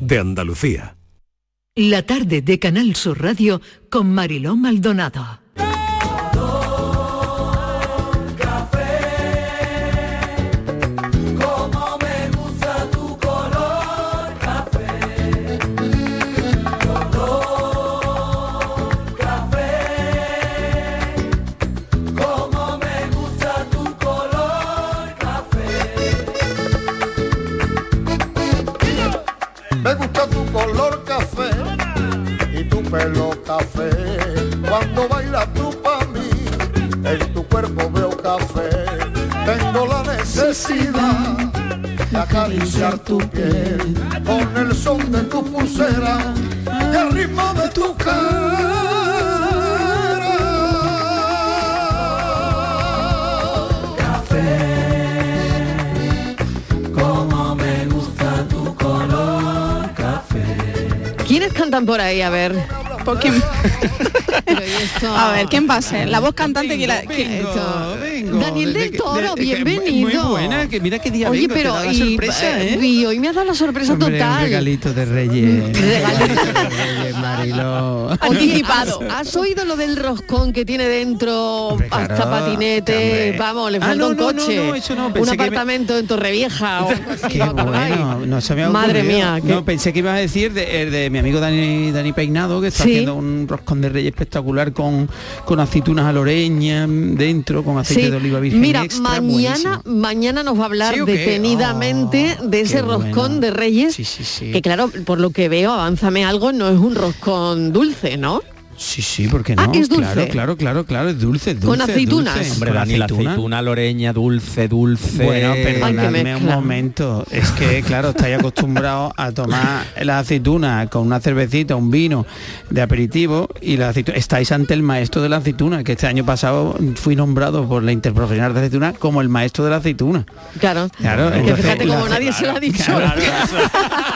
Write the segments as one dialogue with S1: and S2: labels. S1: de Andalucía.
S2: La tarde de Canal Sur Radio con Mariló Maldonado.
S3: Como me gusta tu color café, color café. Como me gusta tu color café.
S4: Me gusta tu color café y tu pelo café. Cuando bailas tú pa' mí, en tu cuerpo veo café. Tengo la necesidad de acariciar tu piel con el son de tu pulsera y el ritmo de tu cara.
S3: Como me gusta tu color café.
S5: ¿Quiénes cantan por ahí? A ver. ¿Por quién? A ver, ¿quién pase? La voz cantante que la... que-
S6: Esto. Vengo,
S5: Daniel
S6: desde
S5: del
S6: que-
S5: Toro,
S6: desde que-
S5: bienvenido.
S6: Muy buena, que mira qué día
S5: Oye,
S6: vengo, te
S5: pero
S6: daba
S5: y,
S6: sorpresa,
S5: eh,
S6: ¿eh?
S5: y hoy me has dado la sorpresa
S6: Hombre, un
S5: total.
S6: regalito de Reyes. Un regalito de Reyes, Mariló.
S5: Anticipado. ¿Has, has oído lo del roscón que tiene dentro
S6: claro,
S5: hasta patinete?
S6: hombre.
S5: Vamos, le
S6: Ah,
S5: falta
S6: no,
S5: un
S6: no, no,
S5: coche.
S6: no, eso no,
S5: un
S6: pensé que me-
S5: apartamento en Torrevieja. o algo así,
S6: Qué
S5: ¿os acordáis?
S6: bueno, no se me ha
S5: Madre
S6: ocurrido.
S5: mía, qué-
S6: No, pensé que ibas a decir de, el de mi amigo Dani, Dani Peinado, que está
S5: Sí.
S6: haciendo un roscón de reyes espectacular con, con aceitunas aloreñas dentro, con aceite
S5: Sí.
S6: de oliva virgen
S5: Mira,
S6: extra, buenísimo.
S5: mañana, mañana nos va a hablar
S6: ¿Sí o qué? Oh,
S5: detenidamente de ese roscón de Reyes. Que claro, por lo que veo, avánzame algo, no es un roscón dulce, ¿no?
S6: Sí, sí, porque no.
S5: Ah, es dulce.
S6: Claro, claro, claro, claro, es dulce, es
S5: Con
S6: dulce. es
S5: aceitunas.
S6: dulce.
S5: Hombre,
S6: Con
S7: Dani, la aceituna
S6: loreña, dulce, dulce. Bueno,
S7: Ay, qué
S6: perdonadme un
S7: mezcla.
S6: momento. Es que, claro, estáis acostumbrados a tomar las aceitunas con una cervecita, un vino de aperitivo y la aceituna. Estáis ante el maestro de la aceituna, que este año pasado fui nombrado por la Interprofesional de Aceituna como el maestro de la aceituna.
S5: Claro.
S6: Claro,
S5: que
S6: entonces,
S5: fíjate
S6: la-
S5: como nadie se lo ha dicho. Ah,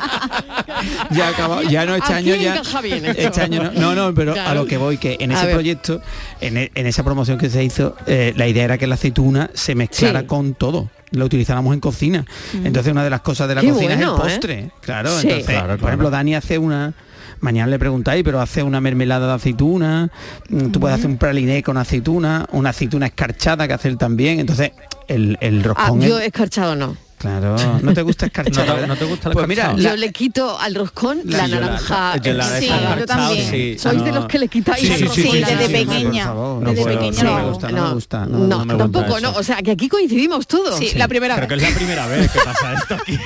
S6: ya acabó, ya no este
S5: Aquí
S6: año ya
S5: encaja bien esto.
S6: este año no, no, no, pero a
S5: Claro.
S6: lo que voy que en
S5: A
S6: ese
S5: ver.
S6: proyecto en, e- en esa promoción que se hizo eh, la idea era que la aceituna se mezclara
S5: Sí.
S6: con todo la utilizáramos en cocina
S5: Mm.
S6: entonces una de las cosas de la
S5: Qué
S6: cocina
S5: bueno,
S6: es el postre
S5: ¿eh?
S6: claro
S5: Sí.
S6: entonces
S5: Claro,
S6: por ejemplo Dani hace una Mañana le preguntáis, pero hace una mermelada de aceituna, mm, tú puedes hacer un praliné con aceituna, una aceituna escarchada que hacer también, entonces el, el
S5: Ah,
S6: roscón... es-
S5: yo escarchado no.
S6: Claro, no te gusta escarchar.
S7: No te- no te gusta el
S6: Pues mira,
S7: escarchado.
S6: la-
S5: yo le quito al roscón
S6: la-
S5: la,
S6: yo la-
S5: naranja.
S7: yo la
S5: sí,
S7: descartado,
S5: yo también.
S7: sí.
S5: Sois
S7: Ah,
S5: de
S7: no.
S5: los que le quitáis
S7: Sí,
S5: al
S7: sí, sí,
S5: roscón.
S7: sí, sí,
S5: la
S7: sí,
S5: naranja.
S7: sí,
S8: pequeña.
S6: no
S8: desde
S6: puedo,
S8: pequeña
S6: no me
S8: no.
S6: gusta, no me gusta, no, no me gusta
S5: tampoco,
S6: eso.
S5: no. O sea, que aquí coincidimos todos.
S8: Sí, la primera vez.
S7: Creo que es la primera vez que pasa esto aquí.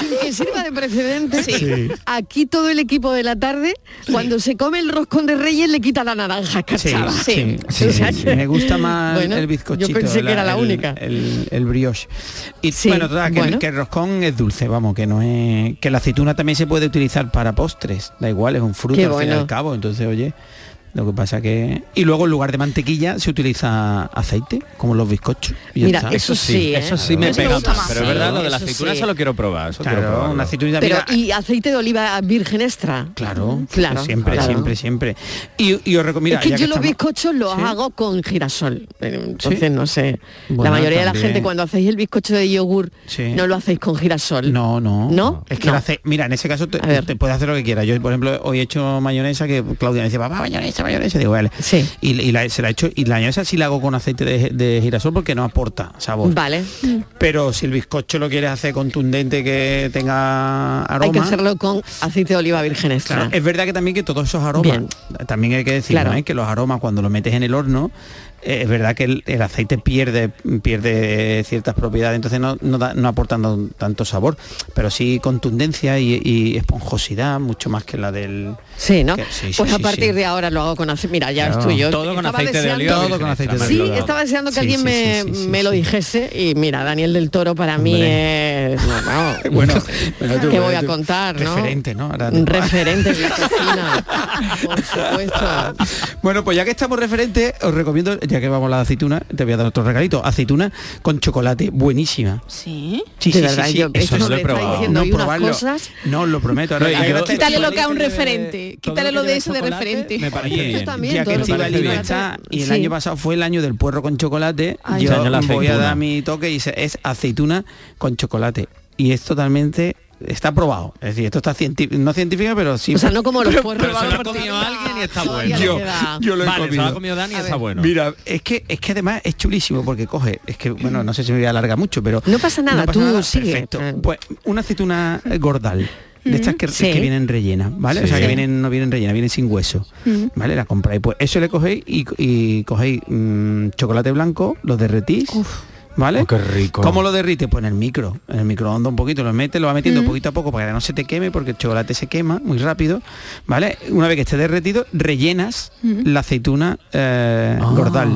S5: Sin que sirva de precedente,
S8: Sí.
S7: Sí.
S5: aquí todo el equipo de la tarde, cuando se come el roscón de Reyes, le quita la naranja
S6: Sí,
S5: escarchada.
S6: sí, sí,
S5: O sea
S6: sí.
S5: que-
S6: me gusta más
S5: Bueno,
S6: el bizcochito.
S5: Yo pensé que era la
S6: el-
S5: única.
S6: El, el brioche. Y bueno, total, que, el-
S5: bueno.
S6: que el roscón es dulce, vamos, que no es. Que la aceituna también se puede utilizar para postres. Da igual, es un fruto
S5: Qué
S6: al fin y
S5: bueno.
S6: al cabo. Entonces, oye, lo que pasa que. Y luego en lugar de mantequilla se utiliza aceite, como los bizcochos. y ya
S5: Mira,
S6: está.
S5: eso sí, ¿eh?
S7: Eso sí me
S5: Eso me
S7: pega
S5: gusta
S7: más,
S5: más,
S7: pero es
S5: sí.
S7: verdad, lo de la
S5: Eso
S7: aceituna
S5: sí.
S7: se lo quiero probar. Eso quiero
S6: ¿eh? Claro,
S7: probarlo.
S6: una aceituna
S5: Pero
S6: mira,
S5: y aceite de oliva virgen extra.
S6: Claro,
S5: Claro,
S6: siempre,
S5: claro.
S6: siempre, siempre. Y, y os recomiendo.
S5: es que
S6: ya
S5: yo
S6: que
S5: los
S6: estamos-
S5: bizcochos los
S6: Sí.
S5: hago con girasol. Entonces
S6: Sí.
S5: no sé. la
S6: Bueno,
S5: mayoría de la
S6: también.
S5: gente cuando hacéis el bizcocho de yogur
S6: Sí.
S5: no lo hacéis con girasol.
S6: No, no.
S5: ¿No?
S6: Es que
S5: No.
S6: lo hace. Mira, en ese caso te,
S5: A ver.
S6: te puedes hacer lo que quieras. Yo, por ejemplo, hoy he hecho mayonesa que Claudia me dice, papá, mayonesa, mayonesa. Digo, vale.
S5: Sí.
S6: Y, y la, se la he hecho. Y la mayonesa sí la hago con aceite de, de girasol porque no aporta sabor.
S5: Vale.
S6: Pero si el bizcocho lo quieres hacer contundente que tenga aroma.
S5: Hay que hacerlo con aceite de oliva virgen extra.
S6: Claro, es verdad que también que todos esos aromas,
S5: Bien.
S6: también hay que decir
S5: Claro.
S6: que los aromas cuando los metes en el horno, eh, es verdad que el, el aceite pierde pierde ciertas propiedades, entonces no, no, da- no aportan tan- tanto sabor, pero sí contundencia y, y esponjosidad, mucho más que la del...
S5: Sí, ¿no?
S6: que- sí, sí,
S5: pues a
S6: sí,
S5: partir
S6: sí.
S5: de ahora lo hago con aceite. Mira, ya
S6: Claro.
S5: estoy yo.
S7: Todo con
S5: Estaba
S7: aceite de
S5: deseando-
S7: oliva.
S6: Todo
S7: virgen
S6: con aceite
S7: extra,
S6: de
S5: Sí,
S6: oliva.
S7: Mariló.
S5: estaba deseando que
S6: Sí,
S5: alguien
S6: sí,
S5: me,
S6: sí, sí, sí,
S5: me lo
S6: sí.
S5: dijese y mira, Daniel del Toro para mí es... no, vamos, ¿Qué voy a contar? no?
S6: eh, Referente, ¿no? Ahora-
S5: Un referente en la cocina, por supuesto.
S6: Bueno, pues ya que estamos referentes, os recomiendo, ya que vamos a la aceituna, te voy a dar otro regalito, aceituna con chocolate, buenísima.
S8: Sí.
S6: Sí,
S5: De verdad, yo-
S6: eso
S5: esto
S6: no
S7: lo he
S6: lo
S7: probado.
S5: diciendo hoy unas
S6: probarlo.
S5: cosas.
S6: No, lo prometo. Ahora-
S7: No, y
S6: ahora
S7: yo-
S6: te-
S8: Quítale lo que a un
S7: Chocolate,
S8: referente.
S7: todo
S8: Quítale lo
S7: que lleve
S8: de eso de
S7: chocolate,
S8: referente.
S7: Me parece
S5: Esto
S7: bien.
S5: también,
S6: ya
S5: todo
S6: que
S5: lo que
S6: Estivali
S5: lleve
S6: no
S5: chocolate.
S6: está y el
S5: Sí.
S6: año pasado fue el año del puerro con chocolate,
S8: Ay.
S6: yo
S7: Este año la
S6: voy a
S7: aceituna.
S6: dar mi toque y se- es aceituna con chocolate. Y es totalmente está probado. Es decir, esto está científico, no científico, pero sí.
S5: O sea, no como los
S6: Pero-
S5: puerros
S6: pero se
S5: de
S6: lo
S5: la
S6: ha
S5: tortilla.
S7: comido alguien y está
S5: Todavía
S7: bueno.
S5: le
S6: Yo-
S5: queda.
S6: yo lo he
S7: vale, se lo ha
S6: comido.
S7: comido Dani y
S5: A
S7: está
S5: ver.
S7: bueno.
S6: Mira, es que es que además es chulísimo porque coge, es que bueno, no sé si me voy a alargar mucho, pero
S5: Mm. No pasa nada, tú sigue.
S6: Perfecto.
S5: Ah. Mm.
S6: Pues una aceituna eh, gordal. De estas que,
S5: sí.
S6: que vienen rellenas, ¿vale? O sea,
S7: Sí.
S6: que vienen, no vienen rellenas, vienen sin hueso, ¿vale? La compráis. Pues eso le cogéis y, y cogéis mm, chocolate blanco, lo derretís, ¿vale?
S7: Oh, qué rico.
S6: ¿Cómo lo derrites? Pues en el micro, en el microondas un poquito, lo metes, lo vas metiendo poquito a poco para que no se te queme, porque el chocolate se quema muy rápido, ¿vale? Una vez que esté derretido, rellenas la aceituna eh,
S7: Ah.
S6: gordal,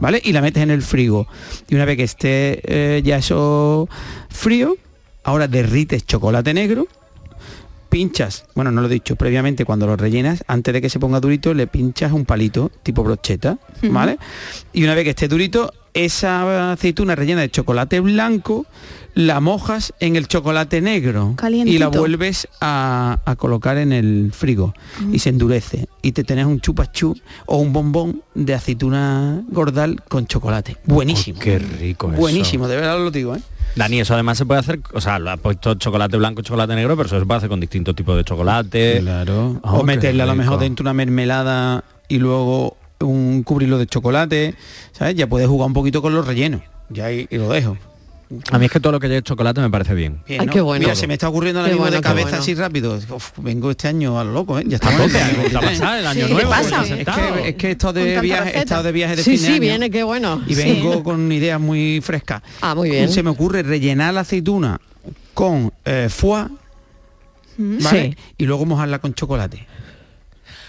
S6: ¿vale? Y la metes en el frigo. Y una vez que esté eh, ya eso frío, ahora derrites chocolate negro, pinchas, bueno, no lo he dicho previamente, cuando lo rellenas, antes de que se ponga durito, le pinchas un palito tipo brocheta, ¿vale? Y una vez que esté durito, esa aceituna rellena de chocolate blanco, la mojas en el chocolate negro y la
S1: Calientito.
S6: vuelves a, a colocar en el frigo y se endurece. Y te tenés un chupachú o un bombón de aceituna gordal con chocolate. Buenísimo.
S7: Qué rico eso.
S6: Buenísimo, de verdad lo digo, ¿eh?
S7: Dani, eso además se puede hacer, o sea, lo ha puesto chocolate blanco, chocolate negro, pero eso se puede hacer con distintos tipos de chocolate.
S6: Claro.
S7: Oh,
S6: o
S7: qué
S6: meterle a lo
S7: rico.
S6: mejor dentro una mermelada y luego un cubrirlo de chocolate, ¿sabes? Ya puedes jugar un poquito con los rellenos. Ya ahí y lo dejo.
S7: A mí es que todo lo que lleve chocolate me parece bien.
S6: Bien,
S5: Ay,
S6: ¿no?
S5: qué bueno.
S6: Mira, se me está ocurriendo ahora
S5: Qué
S6: mismo de
S5: bueno, qué
S6: cabeza
S5: bueno.
S6: así rápido. Uf, vengo este año a lo loco, ¿eh? Ya está
S7: Tampoco
S6: bien,
S7: algo está
S6: ¿eh?
S7: pasado el año
S1: Sí,
S7: nuevo.
S1: ¿qué pasa?
S7: se ha
S6: Es
S7: sentado.
S6: que, es que he estado
S1: Con
S6: de
S1: tanta
S6: viaje, he
S1: receta.
S6: estado de viaje de
S5: Sí,
S6: fin de
S5: sí,
S6: año.
S5: viene, qué bueno.
S6: y
S1: Sí.
S6: vengo con ideas muy frescas.
S5: Ah, muy bien.
S6: Se me ocurre rellenar la aceituna con eh, foie, ¿vale? Y luego mojarla con chocolate.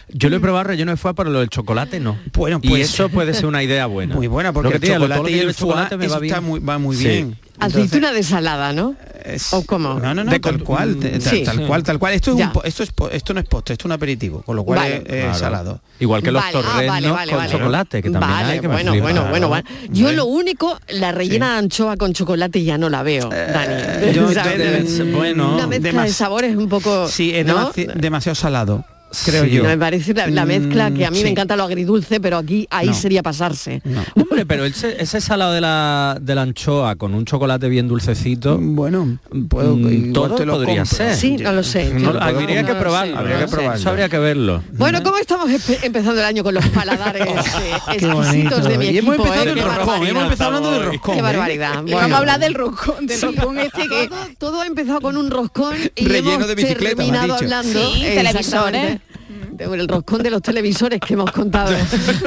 S7: Yo lo he probado relleno de foie, pero lo del chocolate no.
S6: Bueno,
S7: y
S6: pues-
S7: eso puede ser una idea buena.
S6: Muy buena, porque
S7: Lo que
S6: el
S7: te digo, lo- todo
S6: chocolate
S7: lo
S6: y
S7: que lleve
S6: el chocolate
S7: chocolate me va bien.
S6: Está muy, va muy
S7: Sí.
S6: bien.
S5: Aceituna desalada, ¿no?
S6: Es-
S5: ¿O cómo?
S6: No, no, no,
S7: De mm,
S6: tal
S7: con-
S6: cual, te- tal,
S5: Sí.
S6: tal cual, tal cual. Esto, es
S5: Ya.
S6: un po- esto, es po- esto no es postre, esto es un aperitivo, con lo cual
S5: Vale.
S6: es, es
S7: Claro.
S6: salado.
S7: Igual que los
S5: Vale, ah,
S7: torrenos
S5: vale, vale,
S7: con
S5: vale.
S7: chocolate, que también
S5: Vale,
S7: hay que me
S5: bueno,
S7: flipa.
S5: bueno, bueno, bueno. Yo
S6: Bueno.
S5: lo único, la rellena de anchoa con chocolate ya no la veo, Dani.
S6: Eh, yo-
S5: ¿Sabes?
S6: yo de-
S5: Mm,
S6: bueno,
S5: una
S6: de
S5: mezcla de,
S6: más.
S5: sabores un poco.
S6: Sí, es
S5: ¿no?
S6: demasi- demasiado salado, creo
S7: Sí.
S6: yo.
S5: No, me parece la, la mezcla que a mí
S6: Mm,
S5: me
S6: sí.
S5: encanta lo agridulce, pero aquí ahí
S6: No.
S5: sería pasarse.
S6: No.
S7: Hombre, pero ese, ese salado de la, de la anchoa con un chocolate bien dulcecito,
S6: Bueno, puedo,
S7: Mm,
S6: igual
S7: todo
S6: te lo
S7: podría
S6: compro.
S7: ser.
S5: Sí, no lo sé.
S7: no,
S5: yo-
S7: habría
S5: no
S7: que
S5: lo
S7: probarlo.
S5: sé,
S6: habría
S5: no
S6: que
S5: lo sé.
S6: probarlo.
S7: Eso habría que verlo.
S5: Bueno, ¿cómo estamos espe- empezando el año con los paladares eh, exquisitos de mi
S6: Ah, Y
S5: equipo?
S6: hemos empezado
S5: eh?
S6: del
S5: Qué
S6: roscón,
S5: barbaridad.
S6: hemos empezado hablando de
S7: Qué
S6: roscón.
S5: Qué
S6: ¿eh?
S5: barbaridad.
S1: Vamos
S5: Bueno.
S1: a hablar del roscón, del roscón este que...
S5: Todo ha empezado con un roscón y
S6: Relleno
S5: hemos
S6: de bicicleta, me has
S5: terminado
S6: dicho.
S5: hablando
S1: Sí,
S5: eh,
S1: televisores.
S5: exactamente, de- el roscón de los televisores que hemos contado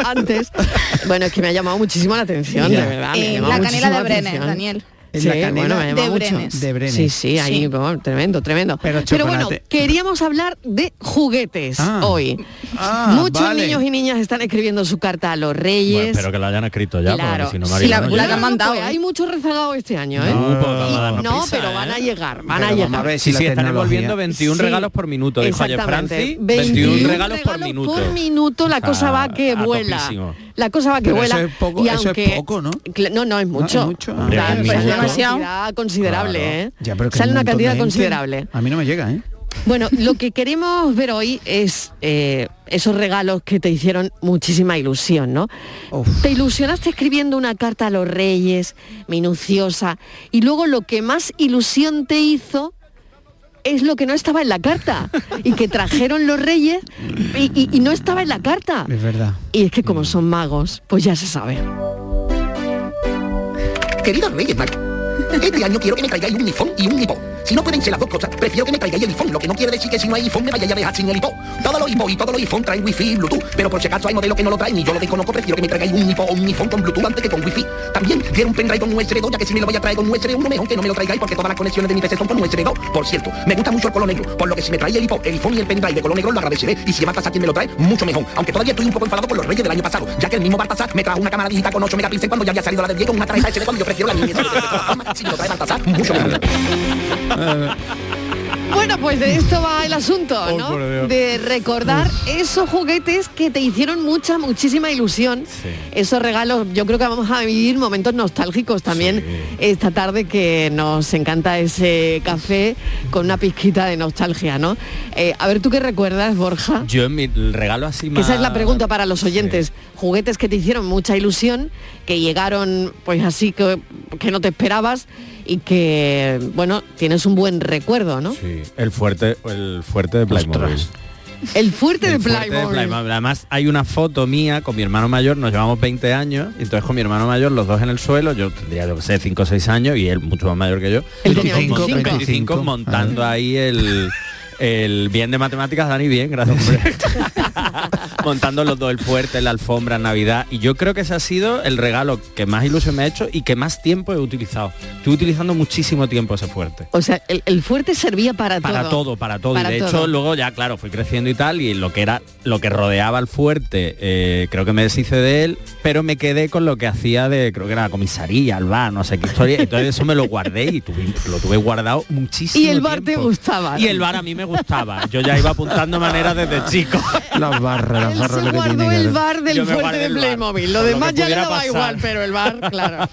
S5: antes. Bueno, es que me ha llamado muchísimo la atención,
S6: Ya.
S5: de verdad. me ha
S1: Eh,
S5: llamado
S1: la canela
S5: muchísimo
S1: de
S5: la
S1: Brenes,
S5: atención.
S1: Daniel.
S6: En la
S5: Sí,
S6: canela
S5: bueno, me llama
S1: de
S5: mucho.
S1: Brenes.
S6: De Brenes.
S5: Sí, sí, ahí,
S1: Sí.
S5: vamos, tremendo, tremendo.
S6: Pero
S5: bueno,
S6: chocolate.
S5: queríamos hablar de juguetes
S6: Ah.
S5: hoy.
S6: Ah,
S5: Muchos
S6: vale.
S5: niños y niñas están escribiendo su carta a los reyes.
S7: Bueno, pero que la hayan escrito ya,
S5: claro,
S7: porque si no,
S5: Sí,
S7: María,
S1: la-
S7: no
S1: la
S7: llega.
S1: que han mandado, ¿eh?
S5: pues, Hay muchos rezagados este año, ¿eh?
S7: No, pues, vamos a
S5: Y-
S7: darnos
S5: no,
S7: prisa,
S5: pero van
S7: ¿eh?
S5: a llegar, van a
S6: Pero
S5: llegar.
S6: vamos a ver
S7: Sí,
S6: si
S7: sí,
S6: la
S7: están envolviendo
S6: tecnología...
S7: 21
S5: Sí,
S7: regalos por minuto, dijo ayer
S5: exactamente.
S7: Franci. 21 regalos por
S5: regalos
S7: minuto.
S5: por minuto, la
S7: O sea,
S5: cosa va que
S7: a
S5: vuela.
S7: topísimo.
S5: La cosa va que
S6: Pero eso
S5: vuela.
S6: es poco-
S5: y
S6: eso es
S5: aunque,
S6: poco, ¿no?
S5: Cla- No, no, es mucho.
S6: mucho.
S5: Claro,
S6: Hombre,
S7: un
S5: pero es una
S1: minuto.
S5: cantidad considerable,
S7: Claro.
S5: ¿eh?
S6: Ya, pero que
S5: Sale
S6: un
S5: una
S6: montón de
S5: cantidad
S6: gente-
S5: considerable.
S6: A mí no me llega, ¿eh?
S5: Bueno, lo que queremos ver hoy es eh, esos regalos que te hicieron muchísima ilusión, ¿no?
S6: Uf.
S5: Te ilusionaste escribiendo una carta a los reyes, minuciosa, y luego lo que más ilusión te hizo es lo que no estaba en la carta, y que trajeron los reyes y, y- y no estaba en la carta.
S6: Es verdad.
S5: Y es que como son magos, pues ya se sabe.
S8: Queridos Reyes Magos, este año quiero que me traigáis un iPhone y un iPod. Si no pueden ser las dos cosas, prefiero que me traigáis el iPhone, lo que no quiere decir que si no hay iPhone me vayáis a dejar sin el iPod. Todos los iPod y todos los iPhone traen Wi-Fi y Bluetooth, pero por si acaso hay modelos que no lo traen y yo lo desconozco, prefiero que me traigáis un iPod o un iPhone con Bluetooth antes que con Wi-Fi. También quiero un pendrive con USB 2, ya que si me lo voy a traer con USB 1, mejor que no me lo traigáis porque todas las conexiones de mi PC son con USB 2. Por cierto, me gusta mucho el color negro, por lo que si me traéis el iPod, el iPhone y el pendrive de color negro lo agradeceré y si me pasa quien me lo trae, mucho mejor. Aunque todavía estoy un poco enfadado con los reyes del año pasado, ya que el mismo Baltasar me trajo una cámara digital con 8 megapíxeles cuando ya había salido la de 10 con una tarjeta SD cuando yo prefiero la mía. Si me lo trae Baltasar, mucho mejor.
S5: Bueno, pues de esto va el asunto, ¿no?
S7: Oh, por Dios.
S5: de recordar esos juguetes que te hicieron mucha, muchísima ilusión. Esos regalos, yo creo que vamos a vivir momentos nostálgicos también esta tarde que nos encanta ese café con una pizquita de nostalgia, ¿no? Eh, a ver, ¿tú qué recuerdas, Borja?
S7: Yo en mi el regalo así
S5: Que
S7: más...
S5: esa es la pregunta para los oyentes. Juguetes que te hicieron mucha ilusión, que llegaron pues así que, que no te esperabas y que, bueno, tienes un buen recuerdo, ¿no?
S7: Sí, el fuerte, el fuerte de Playmobil.
S5: El fuerte de
S7: El fuerte de
S5: Playmobil.
S7: Playmobil. Además hay una foto mía con mi hermano mayor, nos llevamos 20 años, y entonces con mi hermano mayor los dos en el suelo, yo tendría, yo qué sé, 5 o 6 años y él mucho más mayor que yo.
S5: Él
S7: Los
S5: tenía
S7: dos mont-
S5: 25.
S7: 25, montando ahí el, el bien de matemáticas, Dani, bien, gracias. montando los dos el fuerte, la alfombra, Navidad. Y yo creo que ese ha sido el regalo que más ilusión me ha hecho y que más tiempo he utilizado. Estuve utilizando muchísimo tiempo ese fuerte.
S5: O sea, el, el fuerte servía para,
S7: Para todo, para todo.
S5: Para
S7: y de
S5: Eh, todo.
S7: hecho, luego ya, claro, fui creciendo y tal, y lo que era, lo que rodeaba al fuerte, eh, creo que me deshice de él, pero me quedé con lo que hacía de, creo que era la comisaría, el bar, no sé qué historia. Entonces eso me lo guardé y tuve- lo tuve guardado muchísimo.
S5: Y el bar te
S7: tiempo.
S5: gustaba.
S7: Y el bar a mí me gustaba. Yo ya iba apuntando maneras desde chico.
S6: Las barras, las barras
S5: Se
S6: lo que tiene,
S5: guardó el
S6: claro.
S5: bar del
S7: Yo me
S5: fuerte
S7: guardé
S5: de
S7: el bar.
S5: Playmobil. Lo
S7: Lo que
S5: demás ya le
S7: pudiera
S5: daba
S7: pasar.
S5: igual, pero el bar, claro.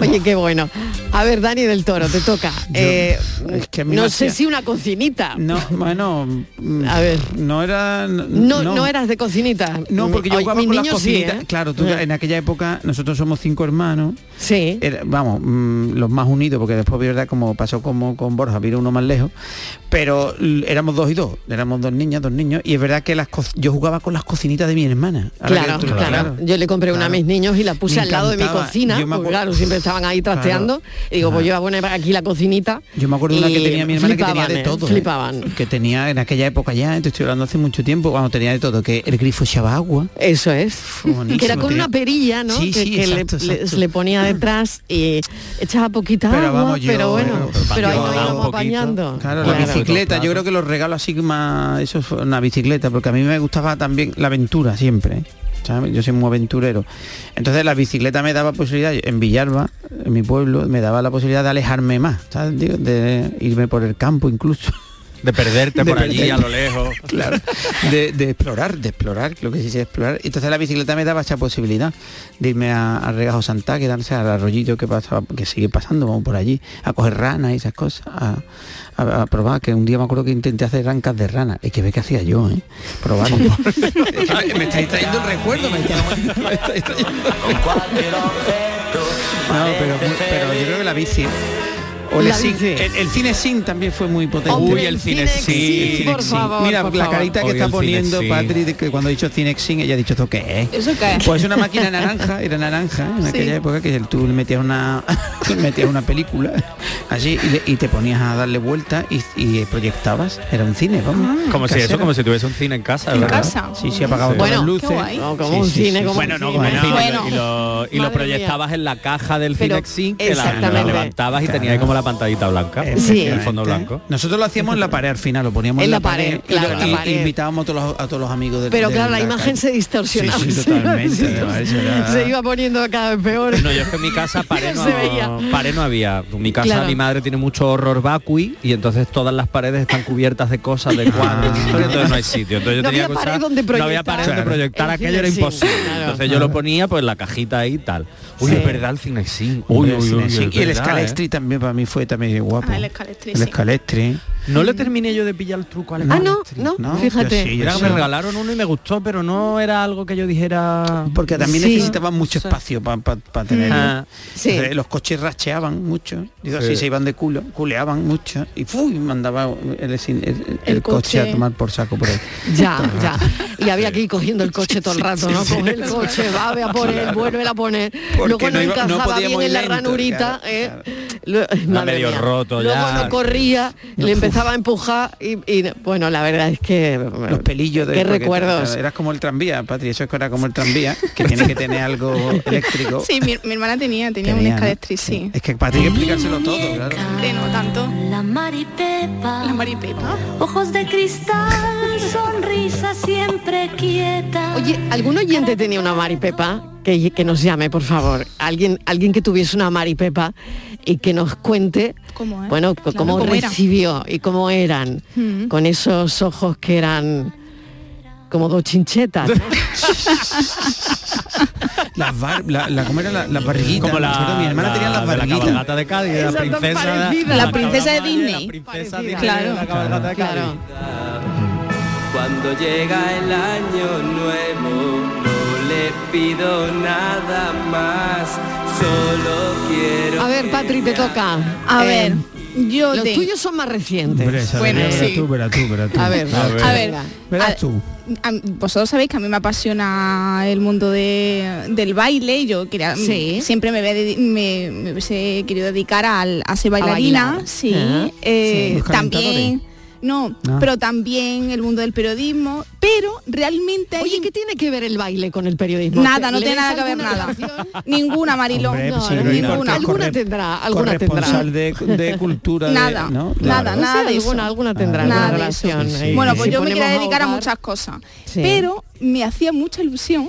S5: Oye, qué bueno. A ver, Dani del Toro, te toca. Eh,
S6: es que a mí
S5: no
S6: me
S5: sé
S6: hacía-
S5: si una cocinita. No,
S6: No, bueno, mm,
S5: A ver.
S6: no era
S5: no, eras de cocinita.
S6: No, porque yo
S5: Oye,
S6: jugaba
S5: mis
S6: con las
S5: niños sí,
S6: cocinitas.
S5: ¿eh?
S6: Claro, tú,
S5: Eh,
S6: en aquella época nosotros somos cinco hermanos.
S5: Sí.
S6: era- vamos, mm, los más unidos, porque después, verdad, como pasó como con Borja, vino uno más lejos, pero l- éramos dos y dos, éramos dos niñas, dos niños, y es verdad que las co- yo jugaba con las cocinitas de mi hermana. Ahora
S5: Claro,
S6: que tú-
S5: claro, Yo le compré una a
S6: claro.
S5: mis niños y la puse
S6: Me
S5: al lado de mi
S6: encantaba.
S5: cocina.
S6: Yo me
S5: porque,
S6: acuer-
S5: claro, siempre estaban ahí trasteando. Y digo, pues yo voy a poner aquí la cocinita.
S6: Yo me acuerdo de una que
S5: y
S6: tenía mi hermana que tenía
S5: flipaban,
S6: de
S5: ¿eh?
S6: todo. ¿eh?
S5: Flipaban.
S6: Que tenía en aquella época ya, te estoy hablando hace mucho tiempo, cuando tenía de todo, que el grifo echaba agua.
S5: Eso es.
S6: Fue buenísimo,
S5: que era con
S6: tenía-
S5: una perilla, ¿no?
S6: Sí,
S5: que
S6: sí,
S5: que
S6: exacto,
S5: le, le-
S6: exacto.
S5: le ponía detrás y echaba poquita
S6: Pero
S5: agua,
S6: vamos, yo-
S5: pero bueno,
S6: bueno,
S5: pero,
S6: pero
S5: ahí
S6: yo
S5: nos
S6: daba un
S5: íbamos
S7: poquito.
S5: apañando.
S6: Claro,
S5: Claro.
S6: la
S7: pues
S6: bicicleta, yo creo que los regalos así más, eso fue una bicicleta, porque a mí me gustaba también la aventura siempre. ¿eh? ¿sabes? Yo soy muy aventurero. Entonces la bicicleta me daba posibilidad, en Villalba, en mi pueblo, me daba la posibilidad de alejarme más, ¿sabes? Digo, de irme por el campo incluso.
S7: De perderte
S6: De
S7: por allí
S6: perderte.
S7: a lo lejos.
S6: Claro, de, de explorar, de explorar, lo que sí es explorar. Entonces la bicicleta me daba esa posibilidad de irme a, a Regajo Santa, quedarse al arroyito que pasaba, que sigue pasando, vamos por allí, a coger ranas y esas cosas, a, a- a probar, que un día me acuerdo que intenté hacer rancas de rana, es que ve que hacía yo, ¿eh? Probar un poco. Es que me, me estáis trayendo el recuerdo, me estáis, me estáis trayendo. No, pero, pero yo creo que la bici. ¿eh? O el,
S5: La
S6: zinc-
S5: bici.
S6: el, el cine sin también fue muy potente.
S5: Hombre,
S7: Uy, el cine
S5: Cinex,
S7: sí, el
S5: por
S7: Cinex sí.
S5: favor,
S6: Mira,
S5: por
S6: la
S5: favor.
S6: carita que
S7: Oye,
S6: está
S7: el
S6: poniendo
S7: Cinexin.
S6: Patri, de que cuando ha dicho Cinexin, ella ha dicho, ¿esto qué es?
S1: ¿Eso qué es?
S6: Pues una máquina naranja, era naranja ¿eh? en aquella época que tú le metías una, le metías una película así y, le- y te ponías a darle vuelta y, y proyectabas. Era un cine, vamos.
S7: Como si eso,
S6: casero.
S7: como si tuviese un cine en casa.
S1: En
S7: ¿verdad?
S1: casa.
S6: Sí, sí, apagaba
S7: Sí.
S6: todas las
S5: Bueno,
S6: luces.
S1: qué guay.
S5: No, como un cine, como
S7: Bueno,
S5: un
S7: no,
S5: cine.
S7: como el cine,
S1: Bueno.
S7: y lo, y lo
S5: Madre
S7: proyectabas en la caja del
S5: Pero-
S7: Cinexin, que la- la,
S5: exactamente.
S7: levantabas y tenía ahí como la pantallita blanca,
S5: Sí. Este.
S7: el fondo
S6: Efectivamente.
S7: blanco.
S6: Nosotros lo hacíamos en la pared al final, lo poníamos
S5: En
S6: en
S5: la
S6: la,
S5: pared,
S6: y lo-
S5: claro, en la
S6: y- y
S5: pared.
S6: invitábamos a todos, los, a todos los amigos del
S5: Pero
S6: del-
S5: claro, la
S6: de
S5: imagen
S6: calle.
S5: se distorsionaba.
S6: Sí, sí, totalmente, además, era-
S5: se iba poniendo cada vez peor.
S7: No, yo es que en mi casa pared
S5: No
S7: no,
S5: se veía.
S7: pared no había. En mi casa
S5: Claro.
S7: mi madre tiene mucho horror vacui y entonces todas las paredes están cubiertas de cosas, de cuadros,
S6: Ah.
S7: entonces no hay sitio. Entonces yo
S5: No
S7: tenía
S5: había
S7: que usar-
S5: pared donde
S7: No había
S5: proyectar.
S7: pared donde
S6: Claro.
S7: proyectar,
S5: El
S7: aquello era
S5: Cinexin,
S7: imposible.
S5: claro.
S7: Entonces yo lo ponía pues en la cajita ahí y tal. Uy,
S5: Sí.
S7: es verdad el Cinexin. Uy,
S6: Hombre,
S7: uy, uy,
S6: Cinexin.
S7: es
S6: y el
S7: verdad,
S6: escalestri
S7: ¿eh?
S6: también para mí fue también guapo.
S1: Ah, el Scalestri,
S6: El
S1: sí.
S6: Scalestri.
S7: No le terminé yo de pillar el truco al
S5: Ah, no, no,
S6: No,
S5: fíjate.
S6: yo sí, yo
S7: Mira,
S6: sí.
S7: me regalaron uno y me gustó, pero no era algo que yo dijera...
S6: Porque también
S5: Sí.
S6: necesitaban mucho espacio para tener.
S7: Ah,
S5: sí.
S6: Entonces, Los coches racheaban mucho. Digo,
S7: Sí.
S6: así se iban de culo, culeaban mucho. Y ¡fui! mandaba el, el- el
S1: El
S6: coche a
S1: coche.
S6: tomar por saco por ahí.
S5: Ya, ya. Y había que ir cogiendo el coche todo el rato, ¿no? Coge el coche, va, ve a poner, vuelve a poner.
S6: Porque
S5: Luego no,
S6: no iba- no
S5: encajaba bien
S6: podíamos
S5: en
S6: ir
S5: la
S6: lento,
S5: ranurita,
S6: claro,
S5: ¿eh?
S6: claro.
S5: Lo- madre
S7: medio
S5: mía.
S7: roto
S5: Luego
S7: ya.
S5: no corría, le empezaba a empujar y, y, bueno, la verdad es que...
S6: los pelillos de
S5: Qué
S6: porque
S5: recuerdos.
S6: te- eras como el tranvía Patri eso es que era como el tranvía que tiene que tener algo eléctrico
S1: Sí, mi, mi hermana tenía,
S6: Tenía,
S1: tenía, un
S6: ¿no?
S1: escalestri, sí.
S6: es que Patri hay que explicárselo todo claro
S1: Sí, no tanto.
S9: La maripepa,
S1: La maripepa.
S9: ojos de cristal, sonrisa siempre quieta.
S5: Oye, ¿algún oyente tenía una maripepa? Que, que nos llame, por favor. Alguien, alguien que tuviese una maripepa y que nos cuente,
S1: ¿Cómo es?
S5: bueno, c-
S1: Claro,
S5: cómo,
S1: ¿cómo era?
S5: recibió y cómo eran,
S1: Mm.
S5: con esos ojos que eran como dos chinchetas. ¿no?
S6: Las bar- la, la- ¿Cómo era la, las barriguitas?
S7: Como
S6: Me acuerdo,
S7: la,
S6: mi hermana
S7: la-
S6: tenía las
S7: de la
S6: barriguitas.
S7: cabalgata de Cádiz, de la
S5: Esa tan
S7: princesa,
S5: parecida.
S1: La princesa de
S7: cabalgata
S1: Disney.
S7: La princesa de
S5: Parecida.
S7: Disney, de la
S1: Claro.
S7: cabalgata de Cádiz.
S5: Claro.
S3: Cuando llega el año nuevo, no le pido nada más, solo quiero.
S5: A ver, Patri, te toca.
S1: A
S5: Eh,
S1: ver, yo
S5: Los
S1: te...
S5: tuyos son más recientes.
S6: Hombre, esa
S1: Bueno,
S6: de- verás
S1: sí.
S6: tú, verás tú, verás tú.
S5: A ver,
S7: A ver.
S1: A ver,
S5: venga.
S6: Verás
S1: a-
S6: tú.
S1: a- vosotros sabéis que a mí me apasiona el mundo de- del baile. Yo quería,
S5: Sí.
S1: siempre me, había dedi- me- me hubiese querido dedicar al, a ser bailarina.
S5: bailar.
S1: Sí.
S5: Ah,
S1: Eh,
S6: sí. Los
S1: También.
S6: calentadores.
S1: No,
S6: Ah.
S1: pero también el mundo del periodismo. Pero realmente
S5: Oye,
S1: hay
S5: ¿qué tiene que ver el baile con el periodismo?
S1: nada, no
S5: ¿Le
S1: tiene nada
S5: ves
S1: que ver
S5: alguna
S1: nada.
S5: relación?
S1: Ninguna, Marilón.
S6: Hombre, pues
S5: no,
S6: sí,
S5: no,
S6: pero
S5: ninguna.
S6: igual que el
S5: Alguna
S6: corre-
S5: tendrá, alguna tendrá.
S6: corresponsal De, de cultura de-
S1: Nada,
S6: ¿no?
S1: nada,
S6: Claro.
S5: No sé,
S1: nada de eso.
S5: alguna, alguna
S6: Ah,
S5: tendrá
S1: Nada
S5: alguna
S1: de
S5: relación.
S6: eso.
S5: ahí.
S1: Bueno,
S6: Sí.
S1: pues
S5: Si
S1: yo me
S5: ponemos
S1: quería dedicar a
S5: ahogar-
S1: muchas cosas,
S5: Sí.
S1: pero me hacía mucha ilusión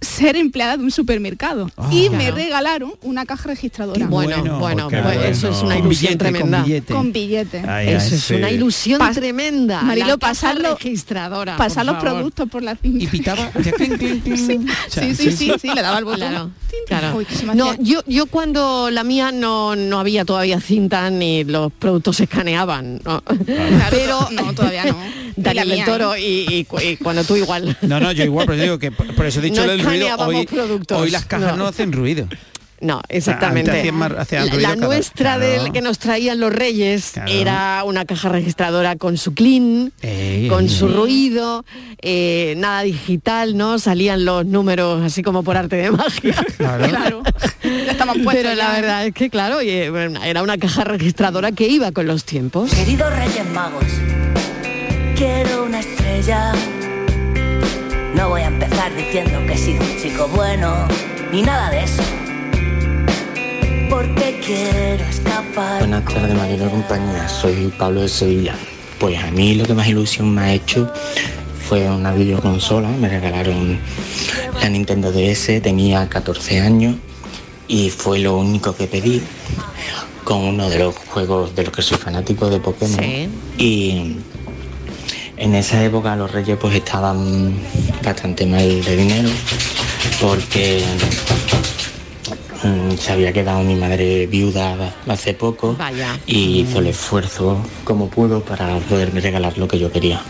S1: ser empleada de un supermercado y me
S5: Claro.
S1: regalaron una caja registradora
S5: Bueno,
S6: Bueno,
S5: bueno,
S7: qué
S5: pues
S7: bueno.
S5: eso es una
S6: Con
S5: ilusión
S6: billete,
S5: tremenda.
S6: con billete.
S1: con billete.
S6: Ay, ay,
S5: Eso es
S7: sí.
S5: una ilusión
S1: Pas-
S5: tremenda.
S1: Marilo,
S5: La caja
S1: pasar lo-
S5: registradora.
S1: Pasar
S5: por
S1: los
S5: favor.
S1: productos por la
S6: Y
S1: cinta.
S6: pitaba. hacía clink, clink, clink. O sea,
S1: Sí, sí, sí, sí, le daba el botón.
S5: Claro,
S1: Tin, tin.
S5: claro.
S1: Uy, que se me
S5: No,
S1: hacía-
S5: yo, yo cuando la mía no, no había todavía cinta ni los productos se escaneaban, ¿no? pero
S1: Claro, no, todavía no.
S5: Daniel
S1: Y la
S5: del
S1: mía,
S5: Toro y, y cu- y cuando tú igual.
S6: No, no, yo igual, pero yo digo que por por eso he dicho
S5: No
S6: el ruido.
S5: escaneábamos
S6: Hoy,
S5: productos.
S6: hoy las cajas
S5: No.
S6: no. hacen ruido.
S5: No, exactamente.
S6: antes hacían mar- hacían
S5: la
S6: ruido
S5: la
S6: cada-
S5: nuestra
S6: Claro.
S5: del que nos traían los reyes
S6: Claro.
S5: era una caja registradora con su clean,
S6: Ey,
S5: con
S6: ey,
S5: su
S6: ey.
S5: ruido, eh, nada digital, ¿no? Salían los números así como por arte de magia.
S6: Claro.
S1: Claro. Ya estamos puestos.
S5: Pero la
S1: ya.
S5: verdad es que, claro, oye, bueno, era una caja registradora que iba con los tiempos.
S10: Queridos Reyes Magos, quiero una estrella. No voy a empezar diciendo que he sido un chico bueno, ni nada de eso. Porque quiero escapar.
S11: Buenas tardes, Marilo Compañía. Soy Pablo de Sevilla. Pues a mí lo que más ilusión me ha hecho fue una videoconsola. Me regalaron la Nintendo DS, tenía 14 años y fue lo único que pedí con uno de los juegos de los que soy fanático de Pokémon.
S5: Sí.
S11: Y en esa época los reyes pues estaban bastante mal de dinero porque mm, se había quedado mi madre viuda hace poco
S5: Vaya.
S11: y hizo el esfuerzo como pudo para poderme regalar lo que yo quería.